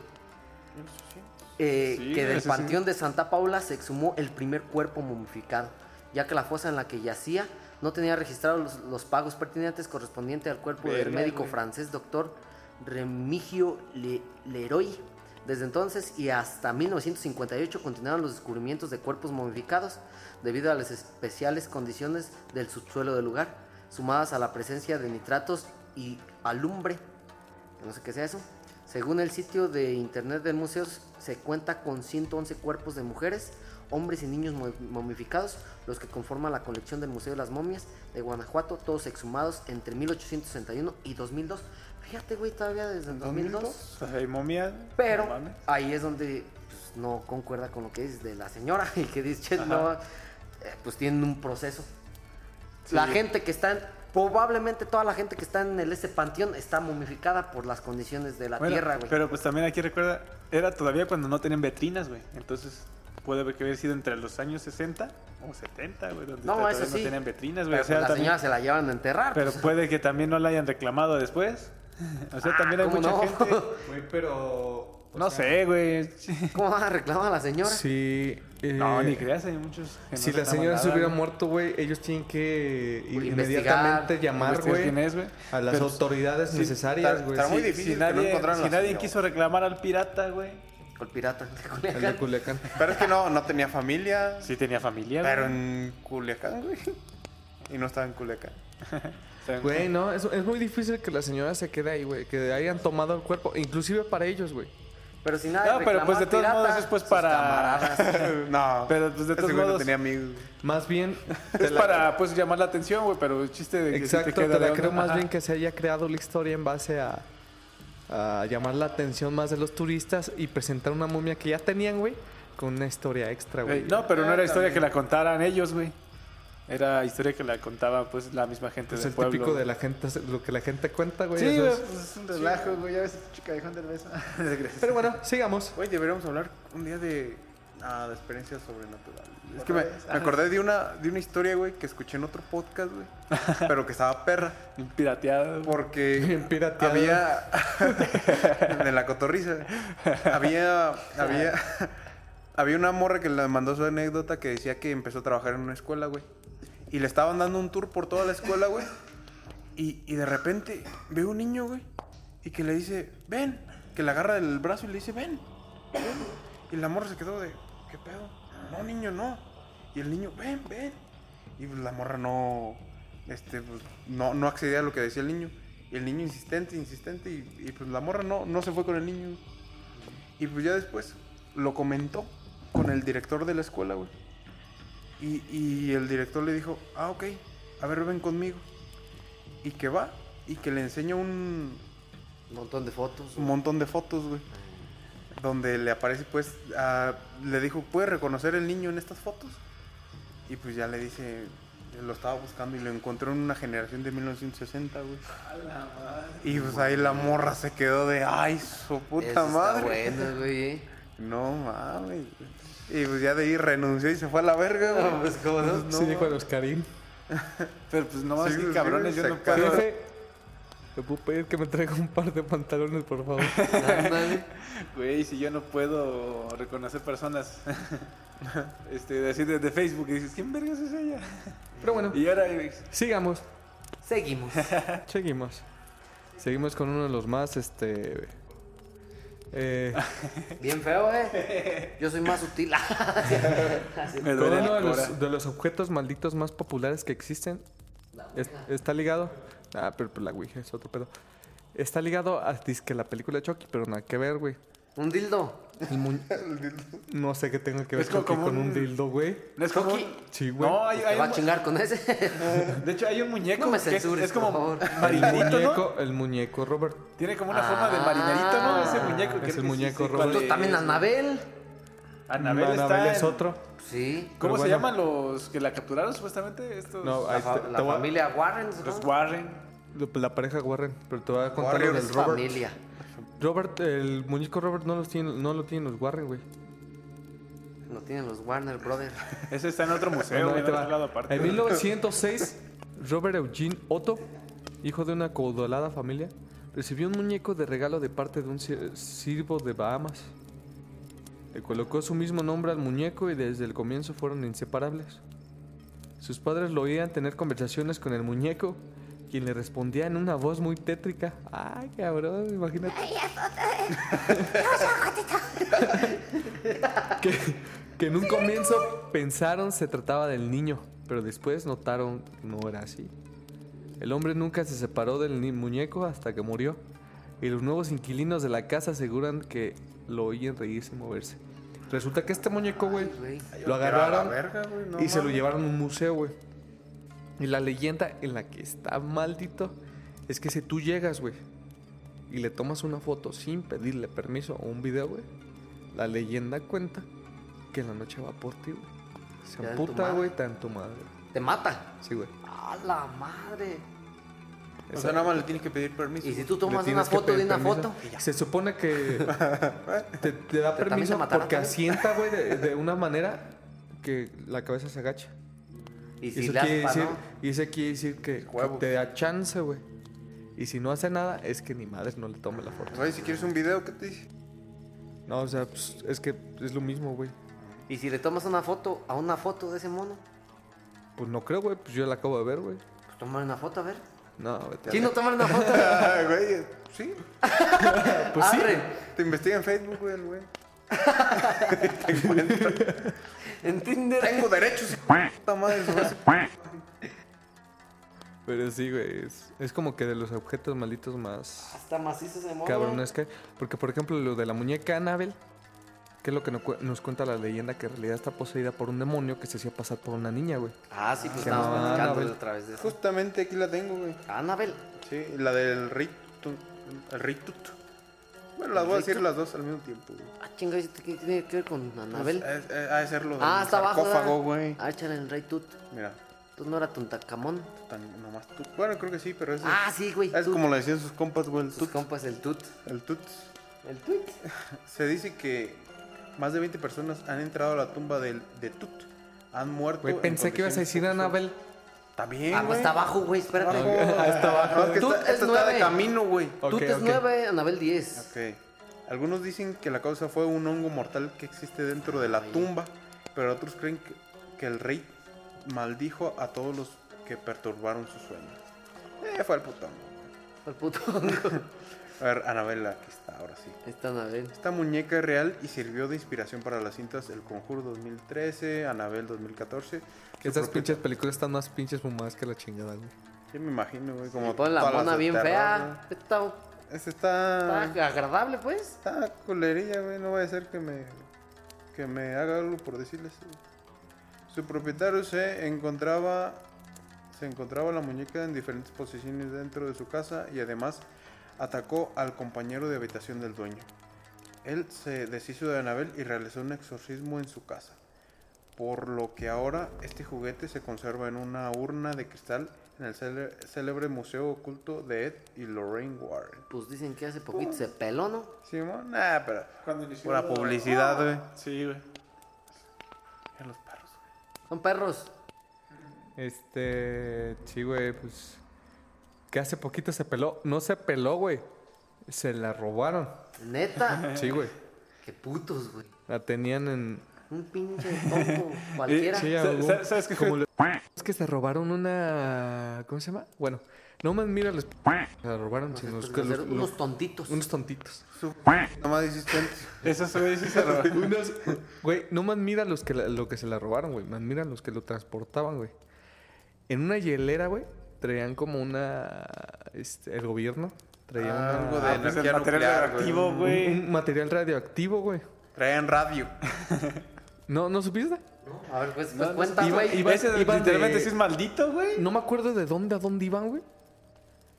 eh, Sí, que del ese sí. panteón de Santa Paula se exhumó el primer cuerpo momificado, ya que la fosa en la que yacía no tenía registrados los, los pagos pertinentes correspondientes al cuerpo del Verga, médico güey. francés doctor Remigio Le- Leroy. Desde entonces y hasta 1958 continuaron los descubrimientos de cuerpos momificados debido a las especiales condiciones del subsuelo del lugar, sumadas a la presencia de nitratos y alumbre no sé qué sea eso. Según el sitio de internet del museo, se cuenta con 111 cuerpos de mujeres, hombres y niños mo- momificados, los que conforman la colección del Museo de las Momias de Guanajuato, todos exhumados entre 1861 y 2002. Fíjate, güey, todavía desde el 2002. O sea, hay momias. Pero no mames. ahí es donde pues, no concuerda con lo que dices de la señora <laughs> y que dice, no, eh, pues tienen un proceso. La gente que está en- probablemente toda la gente que está en el ese panteón está momificada por las condiciones de la Bueno, tierra, güey. Pero pues también aquí recuerda, era todavía cuando no tenían vetrinas, güey. Entonces puede haber que haber sido entre los años 60 o 70, güey, donde No, todavía eso sí. no tenían vetrinas, güey. Pero, O sea, pues, la también- señora se la llevan a enterrar. pero pues. puede que también no la hayan reclamado después. O sea, Ah, también hay ¿cómo mucha no? gente. <laughs> Güey, pero. No sé, güey. <laughs> ¿Cómo va a reclamar a la señora? Si. eh, No, ni creas, hay muchos. que no Si la reclaman señora se nada, hubiera güey. muerto, güey, ellos tienen que Investigar, inmediatamente llamar, investigar quién güey. es, güey. A las Pero- autoridades necesarias, está- güey. está sí. muy difícil Si que no nadie, encontraran si la nadie señora. quiso reclamar al pirata, güey. Con el pirata. <laughs> de El Culiacán. de Culiacán. Pero es que no, no tenía familia. Sí tenía familia, Pero güey. en Culiacán, güey. Y no estaba en Culiacán. ¿Saben pues, Güey, no, es, es muy difícil que la señora se quede ahí, güey. Que hayan tomado el cuerpo, inclusive para ellos, güey. Pero si nada, cómo? No, pero pues de todos modos es pues Ah, <laughs> para... no. Pero, pues, de ese todos güey no modos- tenía amigos. Más bien, Es para pues llamar la atención, güey, pero el chiste de que si exacto, queda te de la onda, creo más ajá. bien que se haya creado la historia en base a, a llamar la atención más de los turistas y presentar una momia que ya tenían, güey, con una historia extra, Güey, güey. Eh, No, pero no era historia que la contaran ellos, güey. Era historia que la contaba pues la misma gente es del el pueblo. típico de la gente, lo que la gente cuenta, güey. Sí, eso güey, es- pues es un relajo, güey. Ya ves, chica de Juan del Beso. Pero bueno, sigamos. Güey, deberíamos hablar un día de, ah, de experiencias sobrenaturales. Es que me, me acordé de una, de una historia, güey, que escuché en otro podcast, <laughs> güey. pero que estaba perra. Pirateado. güey. Porque <laughs> Bien pirateado. había <laughs> de la cotorriza había había <laughs> había una morra que le mandó su anécdota que decía que empezó a trabajar en una escuela, güey. Y le estaban dando un tour por toda la escuela, güey. Y, y de repente ve un niño, güey, y que le dice, "Ven", que le agarra el brazo y le dice, "Ven". ven". Y la morra se quedó de, "¿Qué pedo?" "No, niño, no." Y el niño, "Ven, ven." Y pues, la morra no este pues, no no accedía a lo que decía el niño. Y el niño insistente, insistente y, y, pues la morra no no se fue con el niño. Y pues ya después lo comentó con el director de la escuela, güey. Y, y el director le dijo, ah, ok, a ver, ven conmigo. Y que va y que le enseña un, pues, Un montón de fotos. un montón de fotos, güey. Donde le aparece, pues, ah, le dijo, ¿puedes reconocer el niño en estas fotos? Y pues ya le dice, lo estaba buscando y lo encontró en una generación de 1960, güey. Y pues ahí la morra se quedó de, ay, su puta Eso madre. Está <laughs> bueno, güey. eh. No mames. Y pues ya de ahí renunció y se fue a la verga, güey. pues como no. Sí, dijo el Oscarín. Pero pues nomás Sí, sí, güey, cabrones, sí, yo no sacaron. puedo. Jefe, le puedo pedir que me traiga un par de pantalones, por <laughs> favor. Ándale. Güey, si yo no puedo reconocer personas. <laughs> Este, decir desde Facebook y dices, ¿quién vergas es <laughs> ella? Pero bueno, Y ahora güey, sigamos. Seguimos. <laughs> Seguimos. Seguimos con uno de los más, este... eh, Bien feo, eh. Yo soy más sutil. <laughs> me con duele el uno de cora. los, de los objetos malditos más populares que existen. Es- está ligado... Ah, pero, pero la Ouija es otro pedo. Está ligado a dizque la película de Chucky, pero nada que ver, güey. Un dildo. <laughs> No sé qué tenga que ver Es co- Chucky como con un un- dildo, güey. No es como. Sí, güey. No, hay, Te hay va a un- chingar con <laughs> ese. <laughs> De hecho, hay un muñeco No me que es- censures, es, como por favor. El marinerito, ¿no? muñeco, el muñeco, Robert. Tiene como una forma de marinerito, ¿no? Ese muñeco Ah, que Ese creo que muñeco cuando- rojo. Tú también Anabel. Anabel está Anabel es en- otro. Sí. ¿Cómo Pero se bueno. llaman los que la capturaron supuestamente? Estos No, La, ahí fa- te- la te voy a- familia Warren. los ¿no? Warren. <laughs> Lo- pues, La pareja Warren, pero te voy a contar lo Warriors. del Es Robert. familia. Robert, el muñeco Robert no, los tiene, no lo tienen los Warren, güey. Lo tienen los Warner Brothers. Ese está en otro museo, Bueno, güey, ahí te en va. otro lado aparte. En 1906, Robert Eugene Otto, hijo de una acaudalada familia, recibió un muñeco de regalo de parte de un sir- sirvo de Bahamas. Le colocó su mismo nombre al muñeco y desde el comienzo fueron inseparables. Sus padres lo oían tener conversaciones con el muñeco, quien le respondía en una voz muy tétrica. Ay, cabrón, imagínate. que, que en un comienzo pensaron se trataba del niño, pero después notaron que no era así. El hombre nunca se separó del ni- muñeco hasta que murió, y los nuevos inquilinos de la casa aseguran que lo oyen reírse y moverse. Resulta que este muñeco, güey, güey. lo Pero a la verga, güey, agarraron no y se lo mames. llevaron a un museo, güey. Y la leyenda en la que está maldito es que si tú llegas, güey, y le tomas una foto sin pedirle permiso o un video, güey, la leyenda cuenta que en la noche va por ti, güey. Se Te da en tu amputa, madre. güey, te da en tu madre. Te mata. Sí, güey. A la madre. O sea, nada más le tienes que pedir permiso. Y si tú Le tomas una tienes que foto de pedir una permiso. foto. y ya. Se supone <laughs> que te, te da Pero también te permiso matará porque también. asienta, güey, de, de una manera que la cabeza se agacha. Y Y si eso le quiere haces pa' decir, no. y eso quiere decir que Huevos. te da chance, güey. Y si no hace nada, es que ni madre no le tome la foto. Güey, si quieres un video, ¿qué te <laughs> dice? No, o sea, pues, es que es lo mismo, güey. Y si le tomas una foto a una foto de ese mono. Pues no creo, güey. Pues yo la acabo de ver, güey. Pues tomar una foto, a ver. No, vete. a ¿Quién la- no toma una foto? Ah, güey, sí. <laughs> Pues sí. Arre. Te investiga en Facebook, güey, el <laughs> güey. En Tinder. Tengo derechos. y- Puta madre, se me hace- Pero sí, güey. Es, es como que de los objetos malditos más Hasta macizo se mueve. cabrones que hay. Porque, por ejemplo, lo de la muñeca Annabel, que es lo que no cu- nos cuenta la leyenda, que en realidad está poseída por un demonio que se hacía pasar por una niña, güey. Ah, sí, pues Se estamos llamaba platicando Annabel. otra vez de eso. Justamente aquí la tengo, güey. Annabel. Sí, la del Ritut. El Ritut. Bueno, las voy a decir las dos al mismo tiempo, güey. Ah, chinga, ¿qué qué tiene que ver con Annabel? Pues, eh, eh, Ha de ser lo del ah, está abajo. sarcófago, ¿verdad? güey. Ah, échale el rey Tut. Mira, Tú no era Tuntacamón. tan, nomás tú. Bueno, creo que sí, pero es. Ah, sí, güey. Es Tut. como le decían sus compas, güey, el Sus tut. compas, el Tut. El tut. El Tut. Se dice que más de 20 personas han entrado a la tumba del, de tut. Han muerto. Güey, Ah, en pensé que ibas a condiciones decir sexuales. Annabel. También, Ah, pues güey. está abajo, güey, espérate. Abajo. No, es que Tut está, es esta está nueve. de camino, güey. Ok, Tut es ok. 9, Anabel 10. Ok. Algunos dicen que la causa fue un hongo mortal que existe dentro de la tumba, pero otros creen que, que el rey maldijo a todos los que perturbaron su sueño. Eh, fue el putón. Por puto <laughs> hongo. A ver, Anabela, aquí está, ahora sí. Esta Anabel. Esta muñeca es real y sirvió de inspiración para las cintas El Conjuro 2013, Anabel 2014. Su Esas propia- pinches películas están más pinches fumadas que la chingada, güey. Sí, me imagino, güey. Y Como pon la todas las mona de bien terror, fea. Está, güey. Este está... está agradable, pues. Está culerilla, güey. No vaya a ser que me, que me haga algo por decirles. Su propietario se encontraba. Se encontraba la muñeca en diferentes posiciones dentro de su casa y además atacó al compañero de habitación del dueño. Él se deshizo de Anabel y realizó un exorcismo en su casa. Por lo que ahora este juguete se conserva en una urna de cristal en el cele- célebre Museo Oculto de Ed y Lorraine Warren. Pues dicen que hace poquito se peló, ¿no? Simón, nah, pero. Cuando inició Por la la- publicidad, güey. Sí, güey. Mira los perros. Son perros. Este, sí, güey, pues. Que hace poquito se peló. No se peló, güey. Se la robaron. <laughs> Neta. Sí, güey. Qué putos, güey. La tenían en. Un pinche tonto cualquiera. <laughs> Sí, Sa- algo- sa- ¿Sabes qué? como lo- Es que se robaron una. ¿Cómo se llama? Bueno, no más mira los. Se la robaron, sino Pues, que los- hacer los- unos tontitos. unos tontitos. Nomás dijiste antes. Eso se ve, sí <laughs> se roba. Güey, no más mira los que la- lo que se la robaron, güey. Más mira los que lo transportaban, güey. En una hielera, güey, traían como una. Este, el gobierno traía una- Algo de Ah, pues el energía material nuclear, güey. radioactivo, güey. un material radioactivo, güey. Traen radio. ¿No, ¿no supiste? A ver, pues, pues cuenta, iba- güey. iba- Ese de- iban de- literalmente sí es maldito, güey. No me acuerdo de dónde a dónde iban, güey.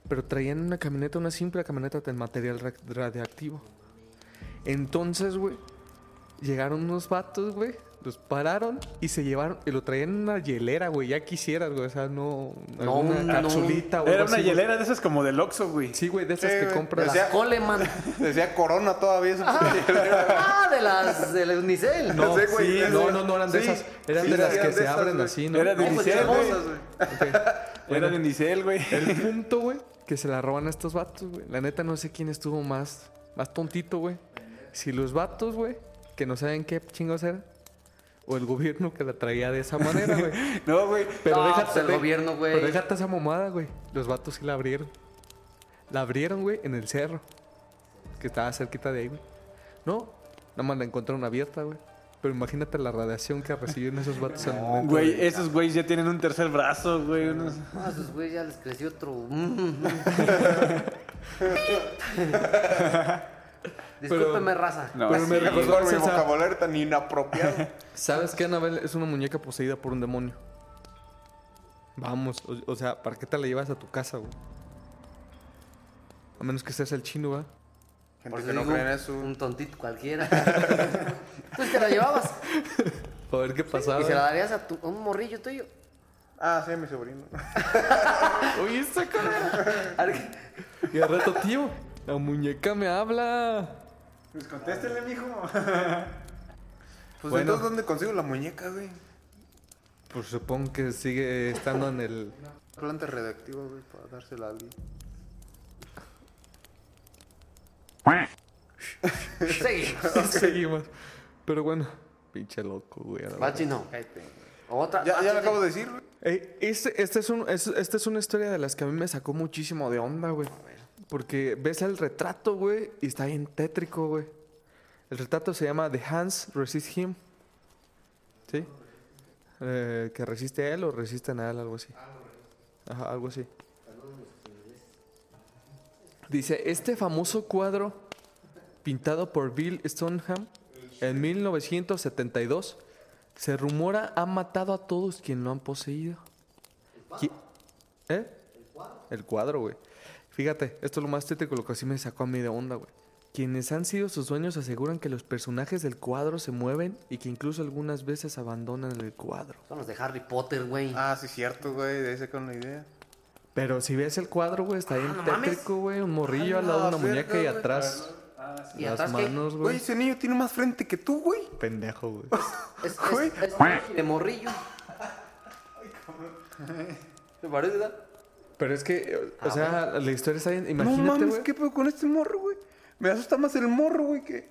Pero traían una camioneta, una simple camioneta de material ra- radioactivo. Entonces, güey, llegaron unos vatos, güey. Los pararon y se llevaron. Y lo traían en una hielera, güey. Ya quisieras, güey. O sea, no. No, alguna no. capsulita, o Era algo una así, güey. hielera de esas como del Oxxo, güey. Sí, güey, de esas Sí, que güey. compras. De las <laughs> Coleman. <laughs> Decía corona todavía. Eso <laughs> ah, de las de la Unicel. No, Sí, güey, sí, esas- no, no, no eran de sí, esas. Eran sí, de las eran que de se esas, abren güey. así, ¿no? Era de No, pues, Unicel, güey. hermosas, Era de Unicel, güey. <laughs> El punto, güey, que se la roban a estos vatos, güey. La neta no sé quién estuvo más, más tontito, güey. Si los vatos, güey, que no saben qué chingos era. O el gobierno que la traía de esa manera, <laughs> güey. No, güey. Pero No, déjate. pues el de- gobierno, güey. Pero déjate esa mamada, güey. Los vatos sí la abrieron. La abrieron, güey, en el cerro. Que estaba cerquita de ahí, güey. No, nada más la encontraron abierta, güey. Pero imagínate la radiación que recibieron esos vatos en el momento. Güey, esos güeyes ya tienen un tercer brazo, güey. unos- Ah, sus güeyes ya les creció otro. <laughs> Discúlpeme, raza. No, Pero sí. me recordó mi esa- vocabulario tan <laughs> inapropiado. ¿Sabes que Anabel es una muñeca poseída por un demonio? Vamos, o, o sea, ¿para qué te la llevas a tu casa, güey? A menos que seas el chino, ¿va? Gente Porque que no cree en eso. Un tontito cualquiera. <laughs> Pues te la llevabas Para ver qué pasaba. y se la darías a, tu- a un morrillo tuyo. Ah, sí, mi sobrino. Oye, esa cara. A ver, <laughs> Y al rato, tío, la muñeca me habla. Pues contéstele, mijo. <laughs> Pues Bueno. entonces, ¿dónde consigo la muñeca, güey? Pues supongo que sigue estando en el. <laughs> Planta redactiva, güey, para dársela a alguien. <laughs> Seguimos. Seguimos. Pero bueno, pinche loco, güey. a la Va, verga. chino. Otra. Ya, ya ándale. lo acabo de decir, güey. Eh, este, este es un, es- esta es una historia de las que a mí me sacó muchísimo de onda, güey. Porque ves el retrato, güey, y está bien tétrico, güey. El retrato se llama The Hands Resist Him. ¿Sí? Eh, que resiste a él o resisten a él, algo así. Ajá, algo así. Dice, este famoso cuadro pintado por Bill Stoneham en 1972 se rumora ha matado a todos quien lo han poseído. Qui- ¿Eh? El cuadro, güey. Fíjate, esto es lo más tétrico, lo que así me sacó a mí de onda, güey. Quienes han sido sus dueños aseguran que los personajes del cuadro se mueven y que incluso algunas veces abandonan el cuadro. Son los de Harry Potter, güey. Ah, sí, cierto, güey. De ese con la idea. Pero si ves el cuadro, güey, está bien Ah, no mames. tétrico, güey. Un morrillo Ah, al lado de no, una muñeca y verga, güey. atrás y las atrás qué? manos, Güey, güey. ese niño tiene más frente que tú, güey. Pendejo, güey. Es, es- Güey. es de morrillo. ¿Te parece, verdad? Pero es que, eh, o Ah, sea, la historia está bien. No Imagínate, mames, güey. ¿qué pedo con este morro, güey? Me asusta más el morro, güey, que...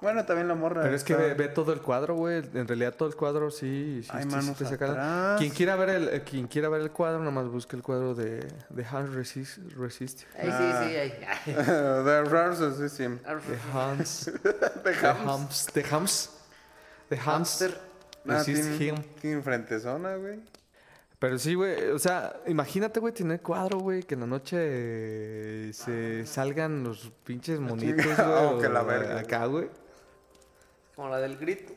Bueno, también la morra. Pero es que está- <laughs> ve, ve todo el cuadro, güey. En realidad todo el cuadro sí, sí Hay sí- sí manos te saca- atrás. Quien quiera ver el, eh, quien quiera ver el cuadro, nomás busque el cuadro de, de Hans Resist, Resist. Ahí sí, sí, ahí. Ay. The Exorcism. De Hans. <laughs> De de Ham. Hams. De Hams. De Hams. Hamster. Ah, Resist him. tiene, tiene frentezona, güey. Pero sí, güey, o sea, imagínate, güey, tener cuadro, güey, que en la noche eh, se salgan los pinches monitos, <laughs> güey. Ah, que la o verga. Acá, güey. Como la del grito.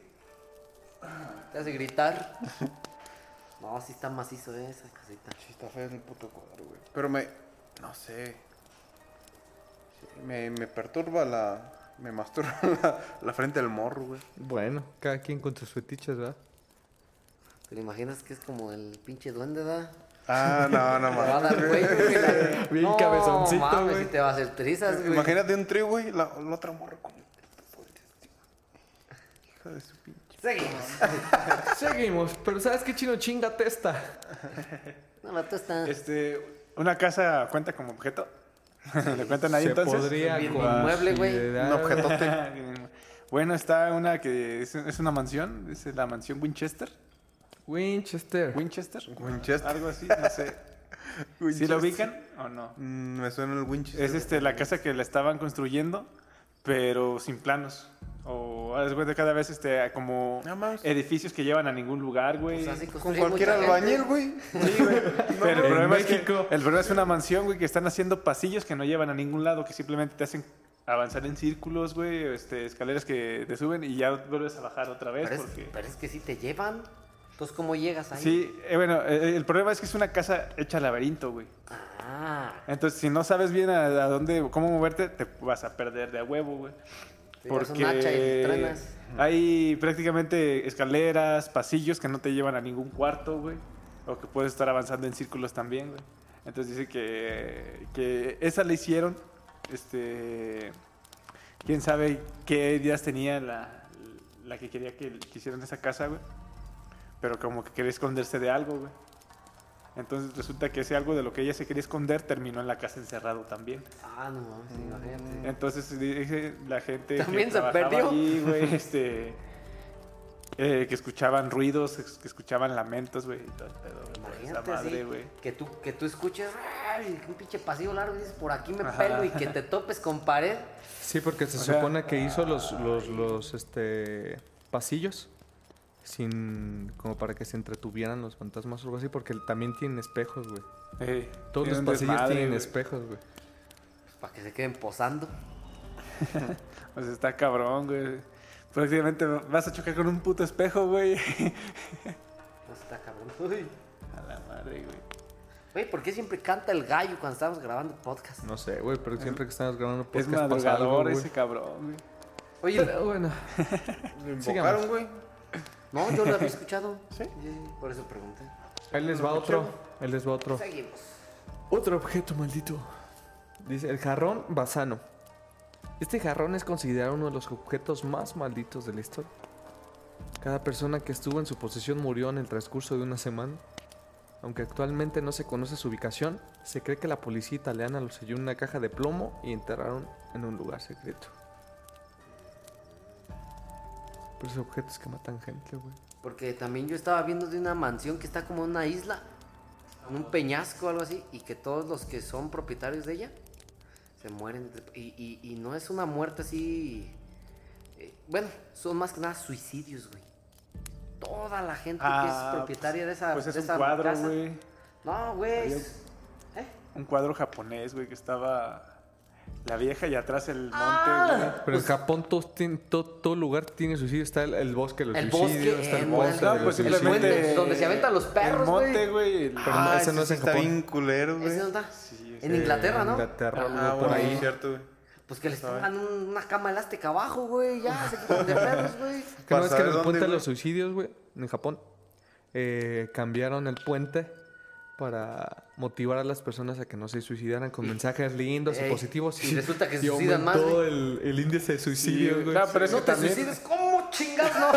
Te hace gritar. No, sí está macizo eh, esa casita. Sí, está feo el puto cuadro, güey. Pero me... No sé. Sí, me, me perturba la... Me masturba <laughs> la, la frente del morro, güey. Bueno, cada quien con sus fetiches, ¿verdad? ¿Te lo imaginas que es como el pinche duende, da? Ah, no, no <laughs> Te va a mames. dar güey. güey, <laughs> la- Bien cabezoncito, mames, güey. y te va a hacer trizas, güey. Imagínate un trío, güey, la, la otra morra con el Hija de su pinche. Seguimos. Seguimos, pero ¿sabes qué chino chinga testa? No, la <laughs> tosta. Este, ¿una casa cuenta como objeto? <laughs> ¿Le cuentan ahí Se entonces? podría bien inmueble, güey. considerar- Un objetote. <laughs> Bueno, está una que es, es una mansión, es la mansión Winchester. Winchester. Winchester. Winchester. Algo así, no sé. ¿Sí la Winchester. ubican o no? Mm, me suena el Winchester. Es este, la casa que la estaban construyendo, pero sin planos. O haz de cuenta, cada vez este, como No mames. edificios que llevan a ningún lugar, güey. Pues así Con construye cualquier mucha gente. albañil, güey. Sí, güey. Pero el En problema, es que- México. el problema es una mansión, güey, que están haciendo pasillos que no llevan a ningún lado, que simplemente te hacen avanzar en círculos, güey, este, escaleras que te suben y ya vuelves a bajar otra vez. Pero es, porque... pero es que si te llevan. Entonces, ¿cómo llegas ahí? Sí, eh, bueno, eh, el problema es que es una casa hecha laberinto, güey. Ah, Entonces, si no sabes bien a, a dónde, cómo moverte, te vas a perder de a huevo, güey. Tiras un hacha y te truenas. hay prácticamente escaleras, pasillos que no te llevan a ningún cuarto, güey. O que puedes estar avanzando en círculos también, güey. Entonces dice que, que esa la hicieron. Este. Quién sabe qué ideas tenía la, la que quería que, que hicieran esa casa, güey. Pero como que quería esconderse de algo, güey. Entonces resulta que ese algo de lo que ella se quería esconder terminó en la casa encerrado también. ah, no mames, Mm. imagínate. Entonces dije, la gente También que se trabajaba perdió. allí, güey, este, eh, que escuchaban ruidos, que que escuchaban lamentos, güey, y todo el pedo, güey, por esa Imagínate madre, así, güey. que tú, que tú escuches "Ay, un pinche pasillo largo y dices, por aquí me Ajá. pelo y que te topes con pared. Sí, porque se O sea- supone que hizo los, los, los, este, pasillos sin, como para que se entretuvieran los fantasmas o algo así, porque también tienen espejos, güey. Ey, Todos Eh, tiene los un pasillos desmadre, tienen güey. espejos, güey. pues, Para que se queden posando. O sea, Pues está cabrón, güey. Prácticamente vas a chocar con un puto espejo, güey. <laughs> No está cabrón. <laughs> Uy. a la madre, güey. Güey, ¿por qué siempre canta el gallo cuando estamos grabando podcast? No sé, güey, pero siempre que estamos grabando Ah. Es podcast pasa algo, madrugador güey. ese cabrón, güey. <laughs> Oye, Pero bueno, Lo sigamos. invocaron, güey. no, yo lo había escuchado. ¿Sí? Por eso pregunté. Ahí les va otro, ahí les va otro. Seguimos. Otro objeto maldito. Dice el jarrón basano. Este jarrón es considerado uno de los objetos más malditos de la historia. Cada persona que estuvo en su posesión murió en el transcurso de una semana. Aunque actualmente no se conoce su ubicación, se cree que la policía italiana lo selló en una caja de plomo y enterraron en un lugar secreto. Pero esos objetos que matan gente, güey. Porque también yo estaba viendo de una mansión que está como en una isla, en un peñasco o algo así, y que todos los que son propietarios de ella se mueren. de- Y, y- y no es una muerte así. eh, bueno, son más que nada suicidios, güey. Toda la gente que Ah, es propietaria de esa. Pues de es un esa cuadro, casa güey. No, güey. es- ¿Eh? Un cuadro japonés, güey, que estaba la vieja y atrás el monte, Ah. Pero en Japón todo, tien- to- todo lugar tiene suicidio. Está el, el bosque de los El suicidios, bosque, está el eh, bosque bueno. de No, los pues El suicidios. puente simplemente. donde se aventan los perros, Ah, El monte, güey. el- Pero no, ese no es Ah, sí en está Japón. bien culero, güey. Ese no está. Sí, en Inglaterra, ¿no? Inglaterra, Ah, algo por bueno, sí, ahí. es cierto, güey. Pues que les pongan eh. un- una cama elástica abajo, güey. Ya, se quitan de perros, güey. <laughs> Que no es Para que saber en el dónde, puente de güey. los suicidios, güey, en Japón, eh, cambiaron el puente para motivar a las personas a que no se suicidaran con mensajes lindos y Ey, positivos. y <laughs> resulta que se suicidan más, aumentó güey. el, el índice de suicidios, güey. güey. Claro, pero es no que te también- suicides, ¿cómo chingas? <laughs> No,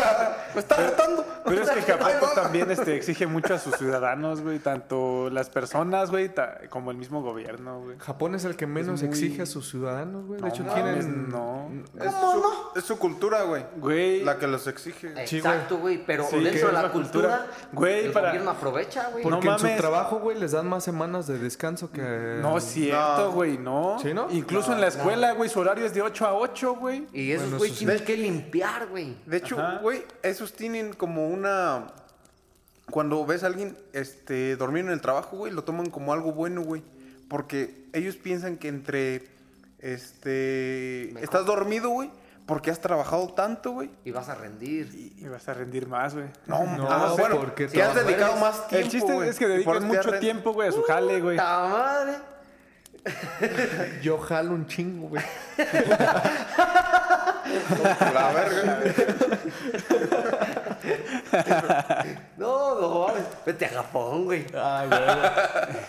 me está retando. Pero <laughs> es que Japón pues, también este, exige mucho a sus ciudadanos, güey, tanto las personas, güey, ta- como el mismo gobierno, güey. Japón es el que menos muy- exige a sus ciudadanos, güey. De hecho, mames, tienen... No. Es su, es su cultura, güey. Güey. La que los exige. Sí, Exacto, güey. Pero Sí, que dentro de es la la cultura, cultura. Güey, el para- gobierno aprovecha, güey. No Porque en mames. su trabajo, güey, les dan más semanas de descanso que... No es cierto, güey, no. ¿Sí, no? Incluso en la escuela, güey, su horario es de 8 a 8, güey. Y esos Bueno, güey eso sí. tienen que limpiar, güey. De hecho, güey, esos tienen como una... Cuando ves a alguien este, dormir en el trabajo, güey, lo toman como algo bueno, güey. Porque ellos piensan que entre... Este... Mejor. Estás dormido, güey, porque has trabajado tanto, güey. Y vas a rendir. Y vas a rendir más, güey. No, No, ah, bueno, porque que has trabajas. dedicado más tiempo, el chiste güey. es que Y por eso dedicas te mucho arren- tiempo, güey, a su jale, güey. ¡Ta madre! Yo jalo un chingo, güey. <laughs> La verga. No, no, mames. vete <laughs> a Japón, güey.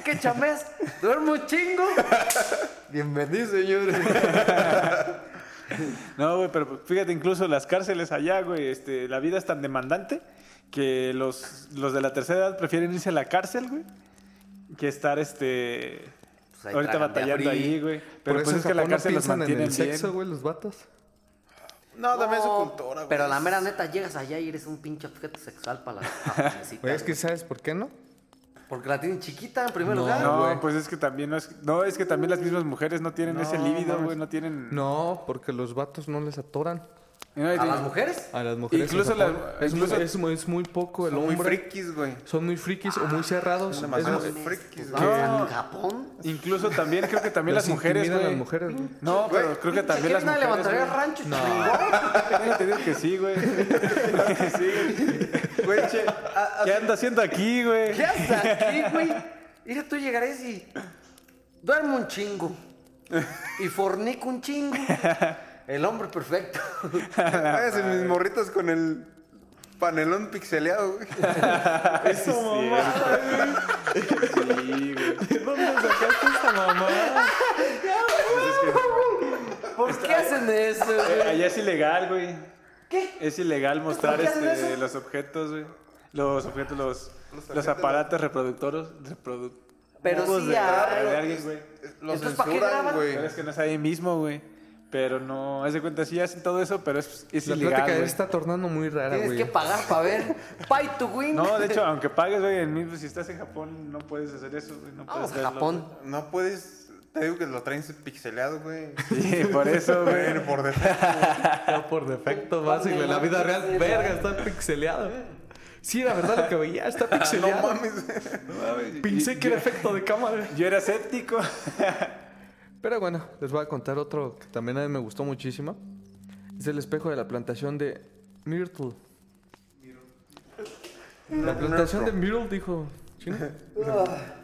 ¿Qué chameas? Duermo un chingo. Bienvenido, señor. No, güey, pero fíjate, incluso las cárceles allá, güey, este, la vida es tan demandante que los, los de la tercera edad prefieren irse a la cárcel, güey, que estar, este, Pues ahí ahorita tragan de batallando abrir. ahí, güey. Pero Pero Por pues eso es que la cárcel los piensan en mantiene el bien. sexo, güey, los vatos. No, también es su No, cultura, güey. Pero la mera neta, llegas allá y eres un pinche objeto sexual para la japonesita, Güey, es que güey. ¿sabes por qué no? Porque la tienen chiquita en primer lugar. No, pues es que también no es, no, es que también las mismas mujeres no tienen ese líbido, güey, no tienen... No, porque los vatos no les atoran. No, ¿A y- las mujeres? A las mujeres. Incluso en Japón la- es, muy- incluso- es muy, es muy poco el Son muy hombre. frikis, güey. Son muy frikis o muy cerrados. Es demasiados muy- frikis, Pues güey. vamos a Japón. Incluso también creo que también las los mujeres, intimidan güey. las mujeres, güey. No, pero creo que ¿Qué también las nadie mujeres... levantaría güey. el rancho, Ya Te digo que sí, güey. Que <laughs> sí, güey. Güey, che, ah, <laughs> ¿Qué anda haciendo aquí, güey? ¿Qué haces aquí, güey? Mira, tú llegarás y duermo un chingo. Y fornico un chingo. El hombre perfecto. Hágase ah, mis morritas con el panelón pixeleado, güey. Sí, es cierto. Sí, güey. ¿Por qué hacen eso, güey? Eh, Allá es ilegal, güey. ¿Qué? Es ilegal mostrar ¿Por qué hacen este, eso? los objetos, güey. Los objetos, los, los aparatos reproductores. reprodu- Pero Huevos sí de, hay. de alguien, güey. Lo Entonces, ¿para qué censuran, graban? güey. Pero es que no es ahí mismo, güey. Pero no, haz de cuenta, sí hacen todo eso, pero es, es La ilegal. plática ya güey. está tornando muy rara, Tienes güey. que pagar para ver. Pay to win. No, de hecho, aunque pagues, güey, en mil, si estás en Japón, no puedes hacer eso, güey. No puedes Vamos a verlo, Ah, Japón. No puedes... Te digo que lo traen pixeleado, güey. güey. Sí, por <laughs> eso, güey. Pero por detrás. Ya <laughs> por defecto básico en la vida real. Verga, está pixeleado. Sí, la verdad lo que veía <laughs> está No pixeleado. mames. Pensé que era efecto de cámara. Yo era escéptico. Pero bueno, les voy a contar otro que también a mí me gustó muchísimo. Es el espejo de la plantación de Myrtle. La plantación de Myrtle, dijo Chino.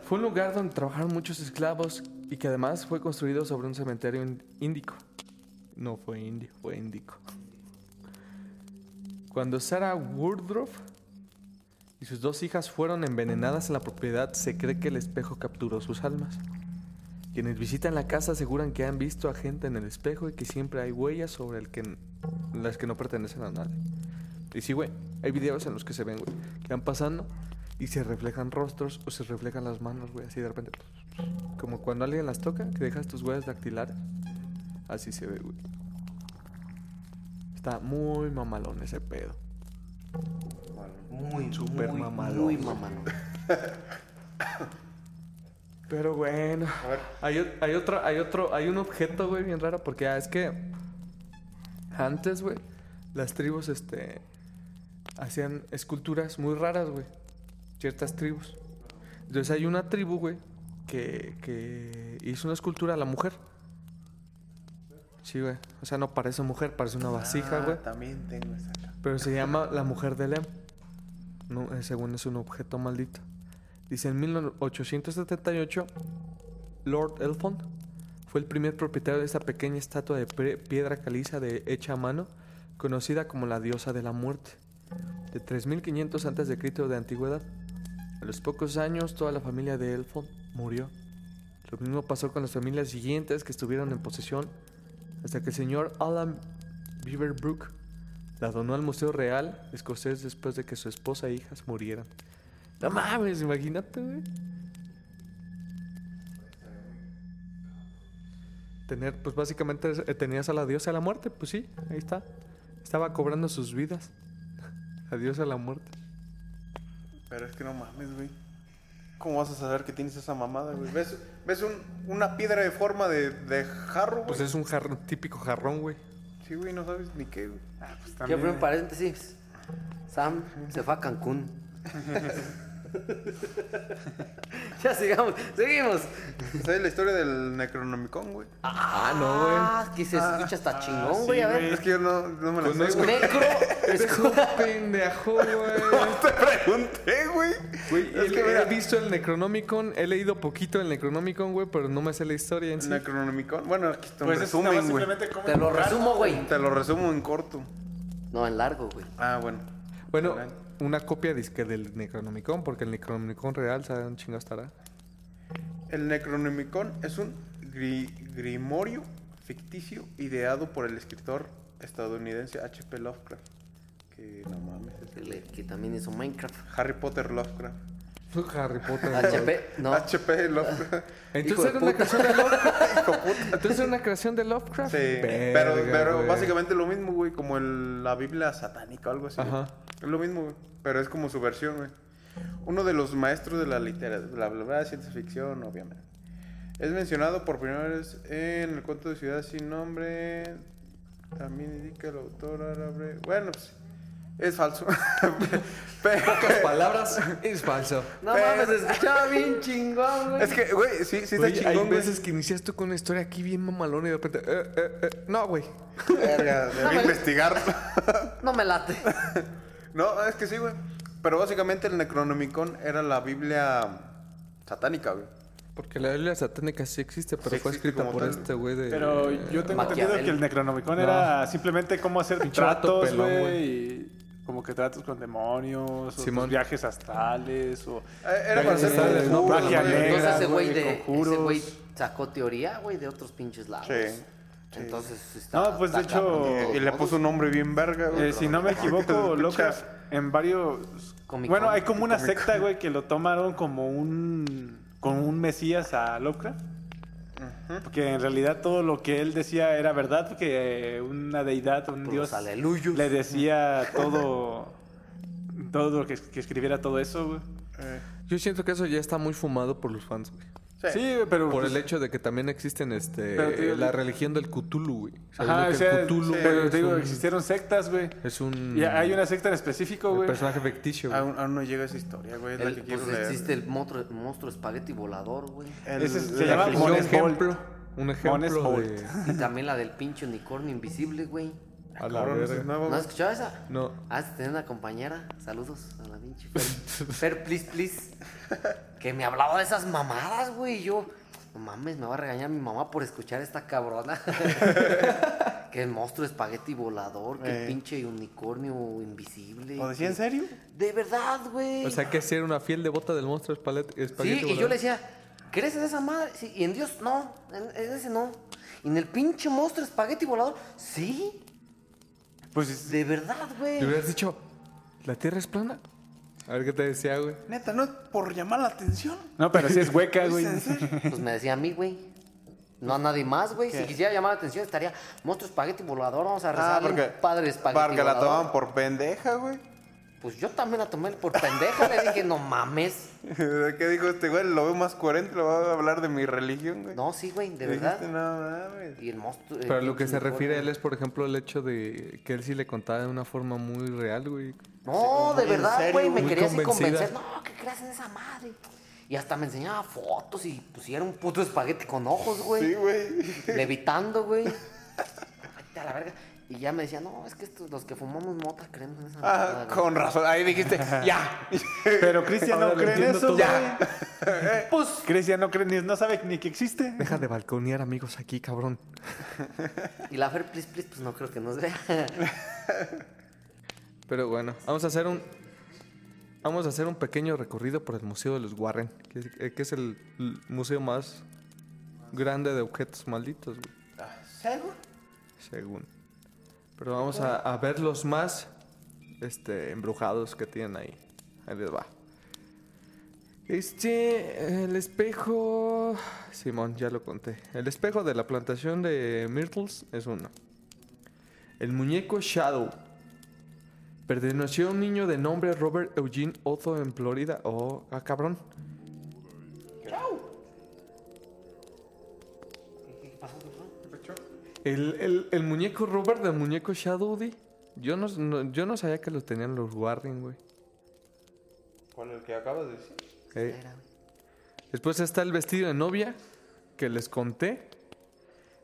Fue un lugar donde trabajaron muchos esclavos y que además fue construido sobre un cementerio in- índico. No fue indio, fue índico. Cuando Sarah Woodruff y sus dos hijas fueron envenenadas en la propiedad, se cree que el espejo capturó sus almas. Quienes visitan la casa aseguran que han visto a gente en el espejo y que siempre hay huellas sobre el que n- las que no pertenecen a nadie. Y sí, güey, hay videos en los que se ven, güey, que van pasando y se reflejan rostros o se reflejan las manos, güey, así de repente. Como cuando alguien las toca, que dejas tus huellas dactilares. Así se ve, güey. Está muy mamalón ese pedo. Muy, Súper muy, mamalón. Muy mamalón. Pero bueno. Hay, o- hay otro, hay otro, hay un objeto, güey, bien raro, porque ah, es que antes, güey, las tribus, este, hacían esculturas muy raras, güey. Ciertas tribus. Entonces hay una tribu, güey, que, que hizo una escultura a la mujer. Sí, güey. O sea, no parece mujer, parece una vasija, Ah, güey. También tengo esa acá. Pero se llama La Mujer de Lem. No, eh, según es un objeto maldito. Dice en 1878, Lord Elfond fue el primer propietario de esta pequeña estatua de pre- piedra caliza de hecha a mano, conocida como la diosa de la muerte, de 3500 a.C. de antigüedad. A los pocos años, toda la familia de Elfond murió. Lo mismo pasó con las familias siguientes que estuvieron en posesión, hasta que el señor Alan Beaverbrook la donó al Museo Real Escocés después de que su esposa e hijas murieran. No mames, imagínate, güey. Tener, pues básicamente eh, tenías a la diosa de la muerte, pues sí, ahí está. Estaba cobrando sus vidas. <laughs> La diosa de la muerte. Pero es que no mames, güey. ¿Cómo vas a saber que tienes esa mamada, güey? ¿Ves, ves un- una piedra de forma de, de jarro, güey? Pues es un jarrón, típico jarrón, güey. Sí, güey, no sabes ni qué, güey. Ah, pues Ya también. abrí un paréntesis. Sam se fue a Cancún. ya sigamos, seguimos. ¿Sabes la historia del Necronomicon, güey? Ah, no, güey. Ah, que se escucha hasta chingón, sí, güey. a ver. güey. Es que yo no, no me la sé, güey. Necro. escu- Pendejo, güey. <laughs> <laughs> Te pregunté, güey. Güey, es él- que he mira, visto el Necronomicon, he leído poquito el Necronomicon, güey, pero no me sé la historia en sí. Necronomicon. Bueno, aquí te lo Pues es nada resumen, más güey. simplemente cómo <laughs> Te lo dibujar. resumo, güey. Te lo resumo en corto. No, en largo, güey. Ah, bueno. Bueno, una copia disque del Necronomicon, porque el Necronomicon real, ¿sabe un chingo estará? El Necronomicon es un gri- grimorio ficticio ideado por el escritor estadounidense H.P. Lovecraft. Que no mames. es Que, el- le- que también hizo Minecraft. <laughs> Harry Potter Lovecraft. <laughs> Harry Potter. HP, no. H.P. Lovecraft. Ah, Hijo de Entonces era puta. una creación de Lovecraft. Entonces era una creación de Lovecraft. Sí, pero, pero básicamente lo mismo, güey, como el- la Biblia satánica o algo así. Ajá. Es lo mismo, güey, pero es como su versión, güey. Uno de los maestros de la literatura, bla, bla, bla, ciencia ficción, obviamente. Es mencionado por primera vez en el cuento de Ciudad sin nombre. También indica el autor árabe. Bueno, pues, es falso. <laughs> Pero- palabras es falso. No Pero- mames, se escuchaba bien chingón, güey. es que, güey, sí, sí está Oye, hay chingón, güey. veces que inicias tú con una historia aquí bien mamalona y de repente. eh, eh, eh, No, güey. Verga, debí investigar. No me late. No, es que sí, güey. Pero básicamente el Necronomicon era la Biblia satánica, güey. Porque la Biblia satánica sí existe, pero Sí fue existe escrita como por tal. este güey de. Pero yo tengo entendido Maquiavel. que el Necronomicon era simplemente cómo hacer Pinche vato tratos, pelón, güey. y Como que tratos con demonios, o Simón. tus viajes astrales, o... Eh, Era para Pero hacer sí, conjuros, no, güey. magia Entonces negra, ese güey güey, de. conjuros. Ese güey sacó teoría, güey, de otros pinches lados. Sí. Entonces está. No, pues de Ah, está cabrón de hecho... Y le puso un nombre bien verga, güey. Eh, si no me equivoco, Lovecraft en varios... Comic-Con. Bueno, hay como una secta, güey, que lo tomaron como un... Como un mesías a Lovecraft. Porque en realidad todo lo que él decía era verdad, porque una deidad, un Pues, dios... aleluyos. Le decía todo... Todo lo que, que escribiera todo eso, güey. Eh, Yo siento que eso ya está muy fumado por los fans, güey. sí. Sí, güey, pero... Por pues, el hecho de que también existen este Pero te digo, la yo- religión del Cthulhu, güey. Sabiendo Ajá, que o el sea, Cthulhu, güey, pero es te digo, un- existieron sectas, güey. es un Y hay una secta en específico, güey. personaje ficticio. güey. Aún, aún no llega esa historia, güey. Es la El- que quiero pues leer. existe el monstruo, monstruo espagueti volador, güey. El- Ese se la llama que- Un Mon- Mones ejemplo, Bolt. un Mones ejemplo <laughs> Bolt. de Y también la del pinche unicornio invisible, güey. a la Cabrón, ese verga. es nuevo, ¿No güey. has escuchado esa? No. Ah, sí, tenía una compañera. Saludos a la pinche Fer. <laughs> Fer, please, please. Que me hablaba de esas mamadas, güey. Y yo, no mames, me va a regañar mi mamá por escuchar <laughs> esta cabrona. que el monstruo espagueti volador, que el Eh. pinche unicornio invisible. ¿Lo decía en que- serio? De verdad, güey. O sea, que si era una fiel devota del monstruo espalet- espagueti. Sí, y yo volador. le decía, ¿crees en esa madre? Sí, y en Dios no, en, en ese no. Y en el pinche monstruo espagueti volador, sí, Pues es- de verdad, Le güey. hubieras dicho, ¿la Tierra es plana? A ver qué te decía, güey. Neta, no es por llamar la atención. No, pero <laughs> sí es hueca, güey. <laughs> Pues me decía a mí, güey. No a nadie más, güey. Si quisiera llamar la atención, estaría monstruo espagueti volador, vamos a rezarle a un Ah, padre espagueti Ah, porque la volador. tomaban por pendeja, güey. <laughs> Pues yo también la tomé por pendeja, le dije, no mames. ¿Qué dijo este güey? Lo veo más coherente, lo va a hablar de mi religión, güey. No, sí, güey, de Dijiste, verdad. No mames. Y el monstruo... el Pero lo que pinche se unicornio. refiere a él es, por ejemplo, el hecho de que él sí le contaba de una forma muy real, güey. No, de ¿En verdad, serio? güey, me Muy quería así convencida. convencer. No, ¿qué creas en esa madre? Y hasta me enseñaba fotos y pues sí, era un puto espagueti con ojos, güey. Sí, güey. Levitando, <laughs> güey. Vete a la verga. Y ya me decía, no, es que estos, los que fumamos mota creemos en esa mamada, Ah, güey". con razón. <laughs> Ahí dijiste, ya. Pero Cristian no Ahora lo cree en entiendo eso, todo. ya. <laughs> Pues, Cristian no cree, ni, no sabe ni que existe. Deja de balconear amigos aquí, cabrón. y la Fer Plis Plis, pues no creo que <laughs> nos vea. Pero bueno, vamos a hacer un. Vamos a hacer un pequeño recorrido por el Museo de los Warren, que es, eh, que es el l- museo más grande de objetos malditos, güey, ¿Seguro? según. Pero vamos a, a ver los más este, embrujados que tienen ahí. Ahí les va. Este, el espejo... Simón, ya lo conté. El espejo de la plantación de Myrtles es uno. El muñeco Shadow. Perteneció a un niño de nombre Robert Eugene Otto en Florida. Oh, ah, cabrón. El, el- el muñeco Robert del muñeco Shadow, di. Yo no, no- yo no sabía que lo tenían los Warren, güey. Con el que acabas de decir. Eh, Después está el vestido de novia que les conté.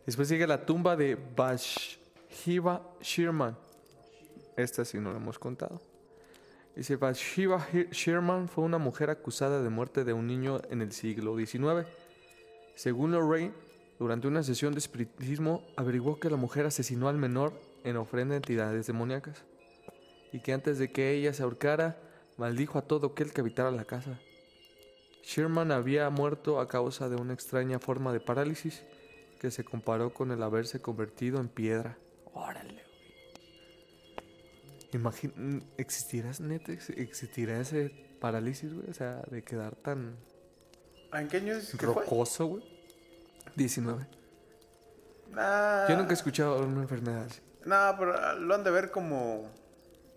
Después sigue la tumba de Bathsheba Sherman. Esta sí no la hemos contado. Dice Bathsheba He- Sherman fue una mujer acusada de muerte de un niño en el siglo XIX. Según Lorraine, durante una sesión de espiritismo averiguó que la mujer asesinó al menor en ofrenda a entidades demoníacas y que antes de que ella se ahorcara, maldijo a todo aquel que habitara la casa. Sherman había muerto a causa de una extraña forma de parálisis que se comparó con el haberse convertido en piedra. Órale, güey. Imagin- ¿Existirás, neta? ex- ¿Existirá ese parálisis, güey? O sea, de quedar tan ¿En qué año es que fue? rocoso, güey. 19. Ah, Yo nunca he escuchado una enfermedad así. No, pero ah, lo han de ver como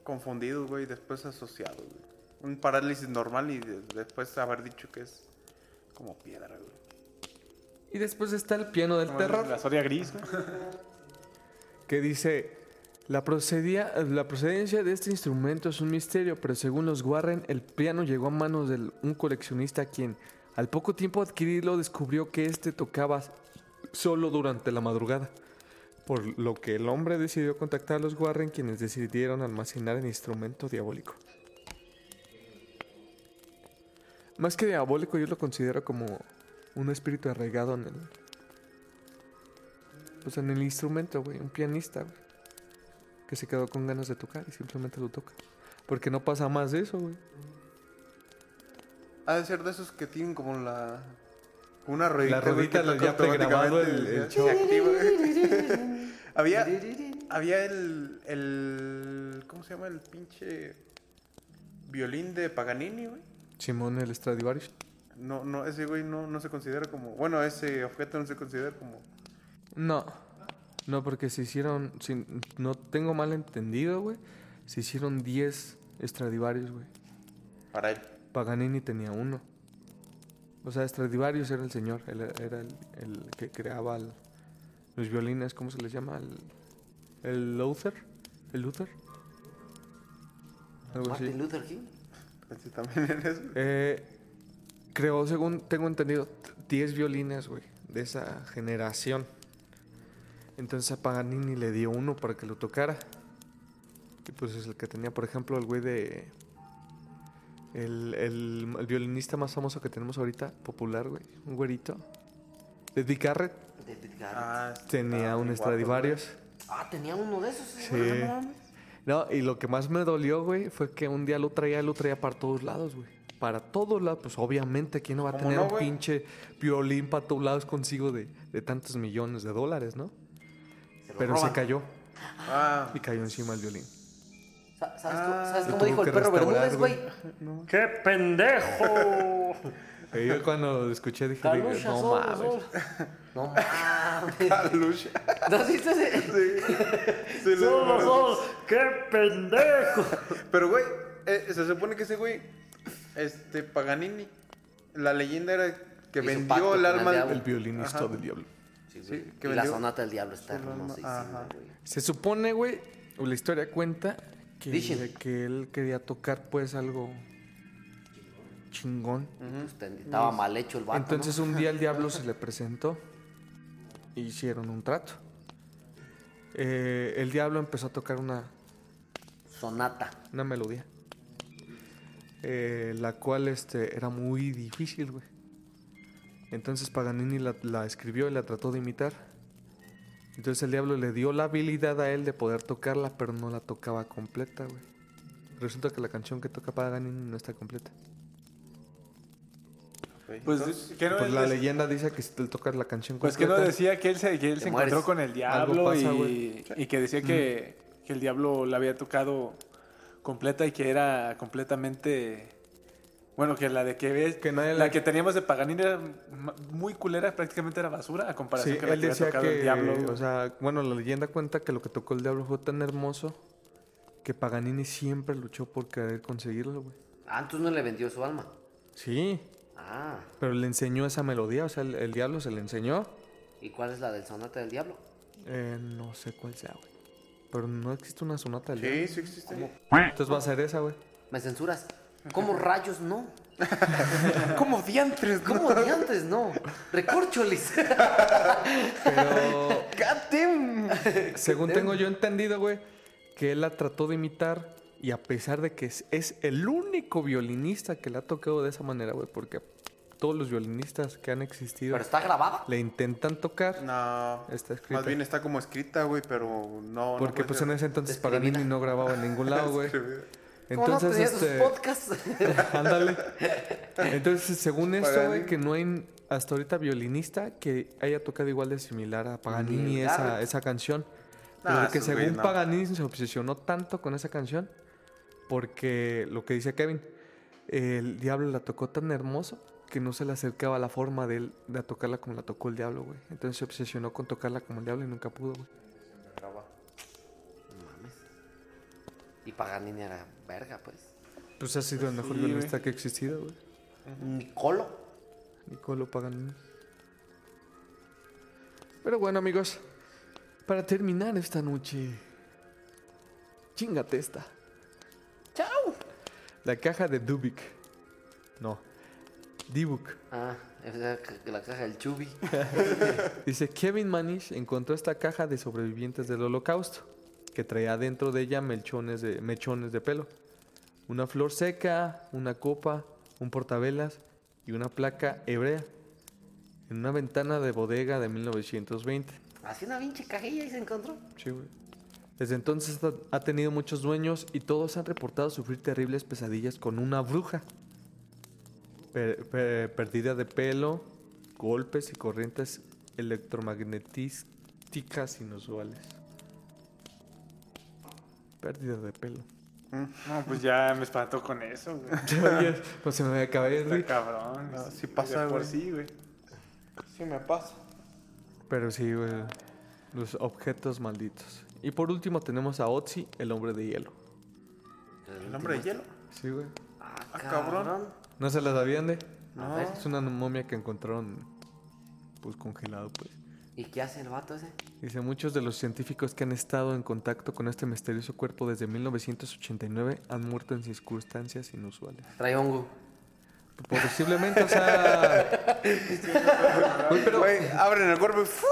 confundidos, güey, después asociados, güey. Un parálisis normal y de- después haber dicho que es como piedra, güey. Y después está el piano del terror. La Soria gris, güey. que dice, la, procedía- la procedencia de este instrumento es un misterio, pero según los Warren, el piano llegó a manos de un coleccionista quien al poco tiempo de adquirirlo descubrió que este tocaba solo durante la madrugada. Por lo que el hombre decidió contactar a los Warren, quienes decidieron almacenar el instrumento diabólico. Más que diabólico, yo lo considero como un espíritu arraigado en el, pues en el instrumento, güey, un pianista, güey. Que se quedó con ganas de tocar y simplemente lo toca. Porque no pasa más de eso, güey. Ha de ser de esos que tienen como la. Una La rodita. güey, que rodita la- toca ya pregrabado automáticamente, el- el ya se activa, güey. había. Había el, el. ¿Cómo se llama? El pinche. Violín de Paganini, güey. <laughs> Simón el Stradivarius. No, no, ese güey no, no se considera como. Bueno, ese objeto no se considera como. No. No, porque se hicieron, si no tengo mal entendido, güey, se hicieron 10 Stradivarius, güey. Para él. Paganini tenía uno. O sea, Stradivarius era el señor, él era- era el, el que creaba el- los violines, ¿cómo se les llama? El, el Luther, el Luther. Algo así. Martin Luther King. Así Pues también <laughs> eres. Eh, creó, según tengo entendido, t- 10 violines, güey, de esa generación. Entonces a Paganini le dio uno para que lo tocara. Y pues es el que tenía, por ejemplo, el güey de. El, el- el violinista más famoso que tenemos ahorita, popular, güey, un güerito. David Garrett David Garrett. Ah, Ah, tenía está un guapo, Stradivarius. tenía uno de esos. Sí. güey, no mames. No, y lo que más me dolió, güey, fue que un día lo traía, lo traía para todos lados, güey. Para todos lados, pues obviamente, ¿quién no va a ¿Cómo tener no, un güey? pinche violín para todos lados consigo de, de tantos millones de dólares, no? Se lo Pero roban. se cayó güey. Ah, y cayó encima el violín. Sa- ¿Sabes, cómo- Lo sabes cómo Ah. tuvo dijo el que perro restaurar, Bermúdez, güey? ¡Qué pendejo! Y yo cuando lo escuché dije, Calucha, no solo, mames. <laughs> solo. No mames. Lush. ¿No has visto ese? Sí, lo- ¡Qué pendejo! Pero, güey, eh, se supone que ese güey, este, Paganini, la leyenda era que Hizo vendió pacto con el el alma diablo. El violinista del diablo. Sí, güey. Sí, que y la vendió- sonata del diablo está hermosísima, güey. Se supone, güey, o la historia cuenta que, Dicen. que él quería tocar, pues, algo chingón. Pues, te- estaba mal hecho el vato. ¿no? Entonces un día el diablo se <laughs> le presentó. e Hicieron un trato. Eh, el diablo empezó a tocar una, Sonata. una melodía. eh, la cual este, era muy difícil, güey. Entonces Paganini la, la escribió y la trató de imitar. Entonces el diablo le dio la habilidad a él de poder tocarla, pero no la tocaba completa, güey. Resulta que la canción que toca Paganini no está completa. Pues, ¿qué no Pues es- la leyenda dice que si tú tocas la canción Pues que completa... no decía que él se, que él Te se mueres. encontró con el diablo Algo pasa, y, güey. Mm. y que decía que, que el diablo la había tocado completa y que era completamente... Bueno, que la de que ves, Que nadie la la- que teníamos de Paganini era ma- muy culera, prácticamente era basura a comparación Sí, que la él que había decía tocado que, el diablo. o <laughs> sea, bueno, la leyenda cuenta que lo que tocó el diablo fue tan hermoso que Paganini siempre luchó por querer conseguirlo, güey. Ah, entonces no le vendió su alma. Sí, Ah, pero le enseñó esa melodía, o sea, el, el diablo se le enseñó. ¿y cuál es la del sonata del diablo? Eh, no sé cuál sea, güey. Pero no existe una sonata del diablo. Sí, sí existe. Entonces va a ser esa, güey. Me censuras. ¿Cómo rayos no? ¿Cómo diantres? no? ¿Cómo diantres no? <laughs> Recorcholis. <laughs> Pero God damn. según tengo yo entendido, güey, que él la trató de imitar y a pesar de que es, es el único violinista que la ha tocado de esa manera, güey, porque todos los violinistas que han existido... ¿Pero está grabada? le intentan tocar No. Está escrita. Más bien está como escrita, güey, pero no. no porque puede pues ser. en ese entonces Escribida. Paganini no grababa en ningún lado, <laughs> güey. Escribida. ¿Cómo no Entonces tenía este sus <laughs> podcasts? <laughs> ándale. Entonces, según esto, güey, Paganini. que no hay hasta ahorita violinista que haya tocado igual de similar a Ni Paganini el esa, Garrett. esa canción. Nah, Pero que esos güeyes según no. Paganini se obsesionó tanto con esa canción porque lo que dice Kevin, el diablo la tocó tan hermoso que no se le acercaba la forma de él de tocarla como la tocó el diablo, güey. Entonces se obsesionó con tocarla como el diablo y nunca pudo, güey. Y Paganini era verga, pues. Pues ha sido el mejor violinista que ha existido, güey. Nicolo. Nicolo Paganini. Pero bueno, amigos, para terminar esta noche, chingate esta. ¡Chao! La caja de Dubik. No, Dibuk. Ah, esa era ca- la caja del Chubi. Dice, Kevin Manish encontró esta caja de sobrevivientes del holocausto, que traía dentro de ella melchones de, mechones de pelo, una flor seca, una copa, un portavelas y una placa hebrea, en una ventana de bodega de 1920. Así una pinche cajilla y se encontró. Sí, güey. Desde entonces ha- ha tenido muchos dueños y todos han reportado sufrir terribles pesadillas con una bruja. Per- per- pérdida de pelo, golpes y corrientes electromagnetísticas inusuales. Pérdida de <laughs> pelo. No, pues ya me espantó con eso, güey. Oye, pues se me acaba de Está reír. cabrón. No, sí De pasa, por güey. sí, güey. Sí, me pasa. Pero sí, güey. Los objetos malditos. Y por último tenemos a Otzi, el hombre de hielo. ¿El hombre de hielo? Sí, güey. Ah, cabrón. cabrón. ¿No se la sabían eh? de? A ver. Es una momia que encontraron pues congelado, pues. ¿Y qué hace el vato ese? Dice, muchos de los científicos que han estado en contacto con este misterioso cuerpo desde 1989 han muerto en circunstancias inusuales. Trae hongo. Posiblemente, o sea, Güey, pero... abren el cuerpo y <laughs> ¡fuu!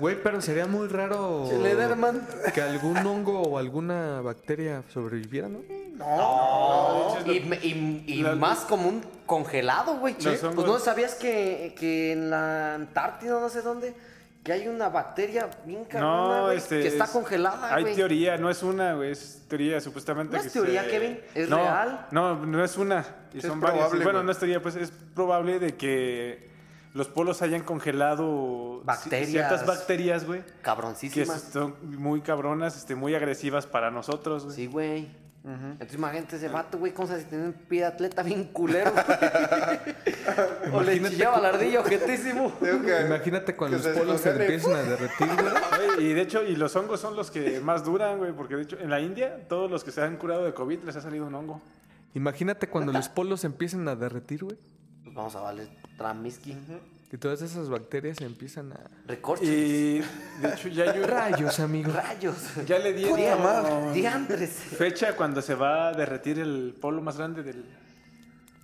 güey, pero sería muy raro Lederman. que algún hongo o alguna bacteria sobreviviera, ¿no? Y, me- y- y Los- más como un congelado, güey. Los Pues hongos. no sabías que, que en la Antártida, no sé dónde, que hay una bacteria bien cabrona, No, güey, este. que está es- congelada, Hay güey. teoría, no es una, güey. Es teoría, supuestamente. ¿No es que teoría, Kevin? ¿Es No, real? No, no es una. Y Es son varias. probable, Bueno, güey. no es teoría, pues es probable de que los polos hayan congelado ci- Bacterias. ciertas bacterias, güey. Que Cabroncísimas. son muy cabronas, este, muy agresivas para nosotros, güey. Sí, güey. Entonces imagínate ese vato, güey, como si tenía un pie de atleta bien culero. <laughs> güey. o le chillaba la ardilla objetísimo. Pues Digo que- Imagínate cuando que los polos se descongele. empiezan a derretir, <laughs> güey. Güey, Y de hecho, y los hongos son los que más duran, güey, porque de hecho en la India todos los que se han curado de COVID les ha salido un hongo. Imagínate cuando los polos se empiezan a derretir, güey. Pues vamos a valer Tramiski. Y todas esas bacterias se empiezan a... Recortes. Y de hecho ya <laughs> yo Rayos, amigos. Rayos. ya le di Puta como madre. Diantres. fecha cuando se va a derretir el polo más grande del,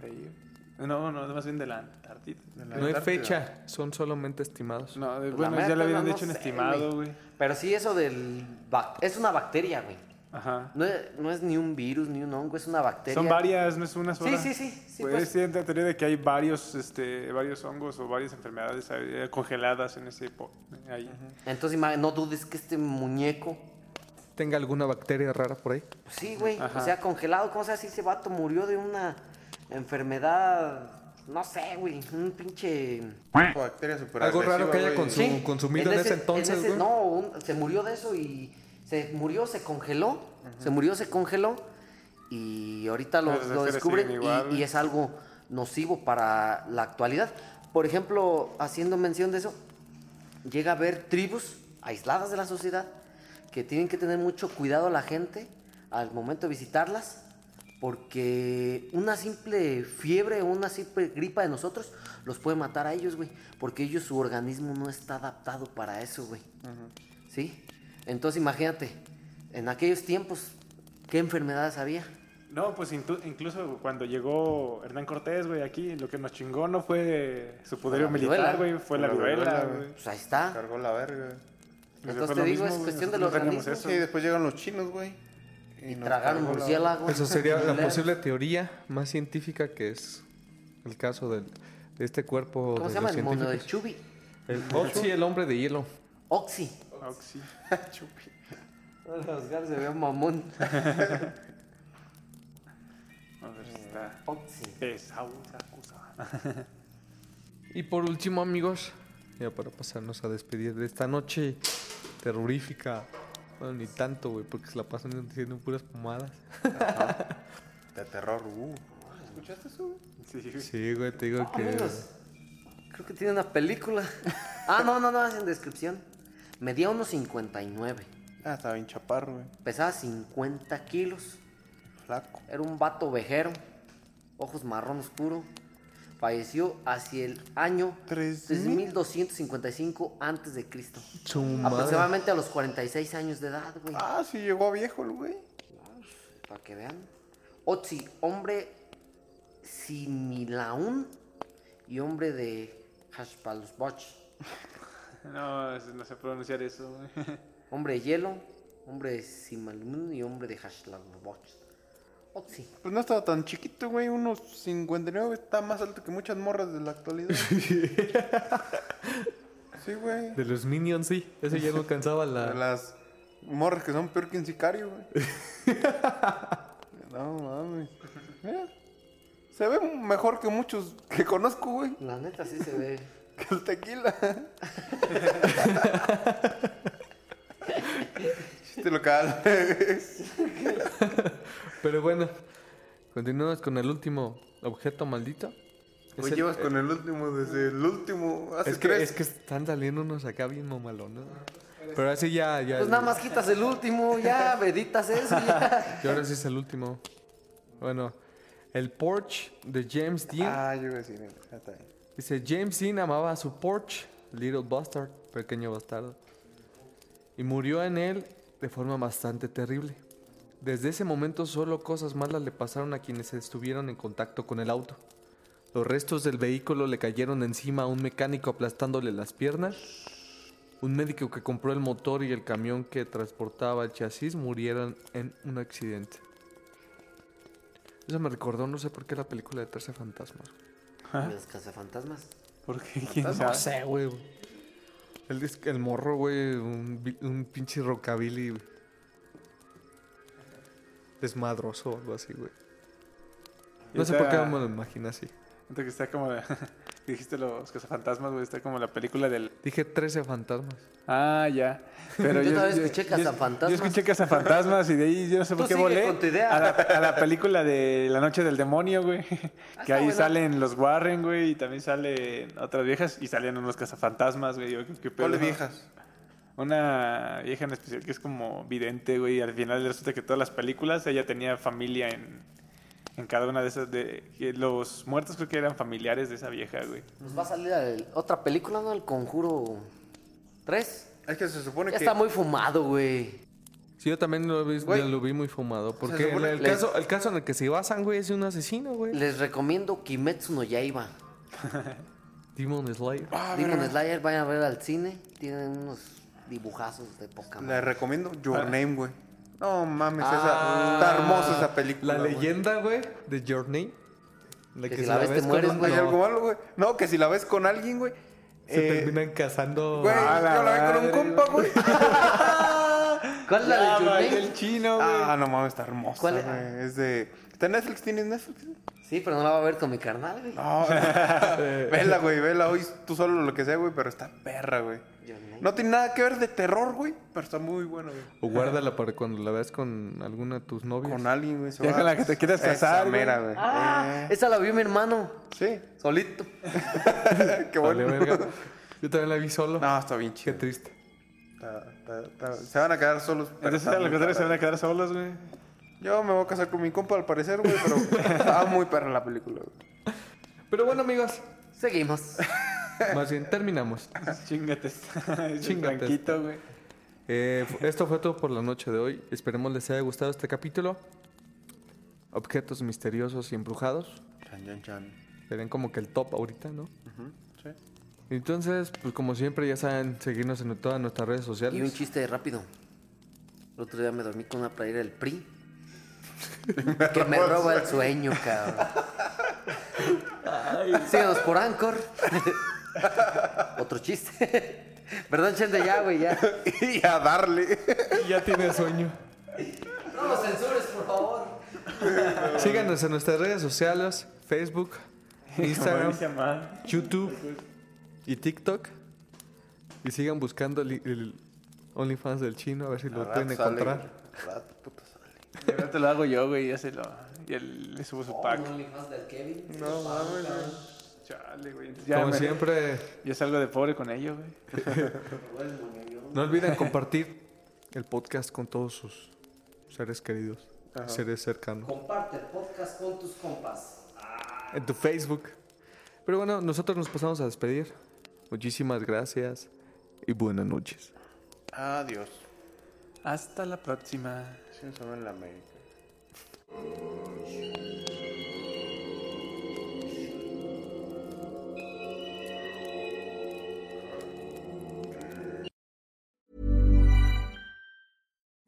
De ahí. No, no, más bien de la Antártida. No hay fecha, son solamente estimados. No, de- Pues bueno, la ya le neta, habían no dicho un sé, estimado, güey. Pero sí, eso del. bac- Es una bacteria, güey. Ajá. No es, no es ni un virus, ni un hongo, es una bacteria. Son varias, no es una sola. sí, sí, sí, Pues, pues. sí, en la teoría de que hay varios, este, varios hongos o varias enfermedades eh, congeladas en ese... po- Ahí. Entonces, ima- no dudes que este muñeco. Tenga alguna bacteria rara por ahí. Sí, güey. O sea, congelado. ¿Cómo se si ese vato murió de una enfermedad? No sé, güey. Un pinche. Bacteria super Algo raro que haya güey. consumido. Sí. consumido en ese entonces, güey. No, un- se murió de eso y. Se murió, se congeló. Se murió, se congeló. Y ahorita lo, Las lo esferas descubren siguen y- igual, y, güey. es algo nocivo para la actualidad. Por ejemplo, haciendo mención de eso, llega a haber tribus aisladas de la sociedad que tienen que tener mucho cuidado la gente al momento de visitarlas porque una simple fiebre o una simple gripa de nosotros los puede matar a ellos, güey, porque ellos su organismo no está adaptado para eso, güey. ¿Sí? Entonces imagínate, en aquellos tiempos qué enfermedades había. No, pues intu- incluso cuando llegó Hernán Cortés, güey, aquí, lo que nos chingó no fue su poderío la militar, viruela. güey, fue Fue la la viruela, viruela, güey. güey. Pues ahí está. Cargó la verga. Pues Entonces fue te lo digo, es güey, nosotros cuestión del no teníamos organismo. Sí, eso. después llegan los chinos, güey. Y nos tragaron cargó la- murciélagos. Esa sería <laughs> la Culebras. posible teoría más científica que es el caso del- de este cuerpo ¿Cómo de se llama? los El mono de científicos. Chubi. El Otzi, el hombre de hielo. Oxy. Oxi. Chupi. Oscar se <laughs> ve mamón. A ver si está... Oxy. Pesado esa cosa. Y por último, amigos, ya para pasarnos a despedir de esta noche terrorífica. Bueno, ni tanto, güey, porque se la pasan diciendo puras pomadas. De terror, uh. Sí, güey. Sí, güey, te digo que. Amigos, creo que tiene <laughs> una película. Ah, no, no, no, es en descripción. Medía unos 59. Ah, estaba bien chaparro, güey. Pesaba 50 kilos. Flaco. Era un vato vejero. Ojos marrón oscuro. Falleció hacia el año Tres 3255 antes de Cristo. Su madre. Aproximadamente a los 46 años de edad, güey. Ah, sí llegó a viejo el güey. Para que vean. Otzi, hombre similaún y hombre de Hashpalusboch. No, es- no sé pronunciar eso, güey. Hombre de hielo, hombre de Simalun y hombre de Hashlalboch. Oxy. Pues no estaba tan chiquito, güey. Unos 59 está más alto que muchas morras de <laughs> la actualidad. sí, güey. De los Minions, sí. Eso ya no alcanzaba De la. las morras que son peor que un sicario, güey. <laughs> no mames. Mira. Se ve mejor que muchos que conozco, güey. La neta sí se ve. <laughs> Que el tequila. Chiste local. Pero bueno, continuamos con el último objeto maldito. Es Hoy el- eh, llevas con el último desde el último. Hace Es que, tres. es que están saliendo unos acá bien mamalones. Pero así ya, ya. Pues nada más quitas el último, <laughs> ya, meditas eso, ya. Y ahora sí es el último. Bueno, el Porsche de James Dean. Ah, yo iba a decir. ya está bien. Dice, James Dean amaba a su Porsche, Little Bastard, pequeño bastardo, y murió en él de forma bastante terrible. Desde ese momento solo cosas malas le pasaron a quienes estuvieron en contacto con el auto. Los restos del vehículo le cayeron encima a un mecánico aplastándole las piernas. Un médico que compró el motor y el camión que transportaba el chasis murieron en un accidente. Eso me recordó, no sé por qué, la película de 13 fantasmas. Los cazafantasmas. <laughs> ¿Por qué? ¿Quién sabe? No sé, güey. Ah. El, dis- el morro, güey, un, vi- un pinche rockabilly güey. desmadroso o algo así, güey. No sé por qué me lo imagino así. Siento que está como... <laughs> Dijiste los cazafantasmas, güey, está como la película del... Dije 13 fantasmas. Ah, ya. Pero <laughs> Yo también escuché Cazafantasmas. Yo, escuché Cazafantasmas y de ahí yo no sé por Tú qué sigue volé. con tu idea. Ah, A, la, a la película de La Noche del Demonio, güey. <laughs> que está ahí buena. salen los Warren, güey, y también salen otras viejas y salen unos Cazafantasmas, güey. Yo, ¿qué- qué pedo? ¿Cuáles viejas? Una vieja en especial que es como vidente, güey. y Al final resulta que todas las películas ella tenía familia en, en cada una de esas. De, que los muertos creo que eran familiares de esa vieja, güey. Nos va a salir el- otra película, ¿no? El Conjuro 3. Es que se supone Ya que. está muy fumado, güey. Sí, yo también lo vi, Güey. lo vi muy fumado. Porque supone- el, les- caso, el caso en el que se basan, güey, es de un asesino, güey. Les recomiendo Kimetsu no Yaiba. Demon Slayer. Ah, Demon Slayer, vayan a ver al cine. Tienen unos dibujazos de poca madre. Le recomiendo Your Name, güey. No mames, Ah, esa, está hermosa esa película. La güey. leyenda, güey, de Journey. La Que si la ves te con mueres, un- güey. ¿Hay No. algo malo, güey? No, que si la ves con alguien, güey. Se eh, terminan casando. Güey, A la yo la vi con un madre, compa, güey. ¿Cuál es la de Your Name? Ah, el chino, güey. Ah, no mames, está hermosa, ¿Cuál ¿Cuál es? es? Es de... ¿Está en Netflix? ¿Tienes Netflix? Sí, pero no la va a ver con mi carnal, güey. No. <laughs> vela, güey, vela. Hoy tú solo lo que sea, güey, pero está perra, güey. Your Name. No tiene nada que ver de terror, güey, pero está muy bueno, güey. O guárdala para cuando la veas con alguna de tus novias. Con alguien, güey. se Ya va- con la que te quieras Esa casar, güey. mera, güey. Ah, esa la vio mi hermano. Eh, sí. Solito. <laughs> Qué Vale, bueno. verga. Yo también la vi solo. <laughs> No, está bien Qué chido. triste. Está- está- está- Se van a quedar solos. pero Entonces, está a lo muy contrario, se perra. van a quedar solos, güey. Yo me voy a casar con mi compa, al parecer, güey, <laughs> pero estaba muy perra la película, güey. Pero bueno, amigos, Seguimos. más bien terminamos. Chingate. <laughs> esta. Chíngate Tranquito, güey. Eh, fu- esto fue todo por la noche de hoy. Esperemos les haya gustado este capítulo. Objetos misteriosos y embrujados. Chan, chan, chan. Serían como que el top ahorita, ¿no? Ujú, sí. Entonces, pues como siempre, ya saben, seguirnos en todas nuestras redes Y un sociales. chiste rápido. El otro día me dormí con una playera del <laughs> PRI. que me roba el sueño, cabrón. Síganos por Anchor. <laughs> Otro chiste. <laughs> Perdón, Chente, ya, güey, ya. <laughs> y a darle. <laughs> Ya tiene sueño. No lo censures, por favor. Síganos en nuestras redes sociales, Facebook, Instagram, Mauricio Amado. YouTube y TikTok. Y sigan buscando el, el OnlyFans del chino a ver si lo pueden encontrar. Ahora te lo hago yo, güey. Ya se lo. Y él le Oh. subo su pack. del Kevin. No mames, güey. Chale, güey. Entonces, Como me- siempre, Yo salgo de pobre con ello, güey. no olviden compartir el podcast con todos sus seres queridos, seres cercanos, Comparte el podcast con tus compas. en tu Facebook. Pero bueno, nosotros nos pasamos a despedir. Muchísimas gracias y buenas noches. Adiós. Hasta la próxima. Sí, nos vemos en la América.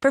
for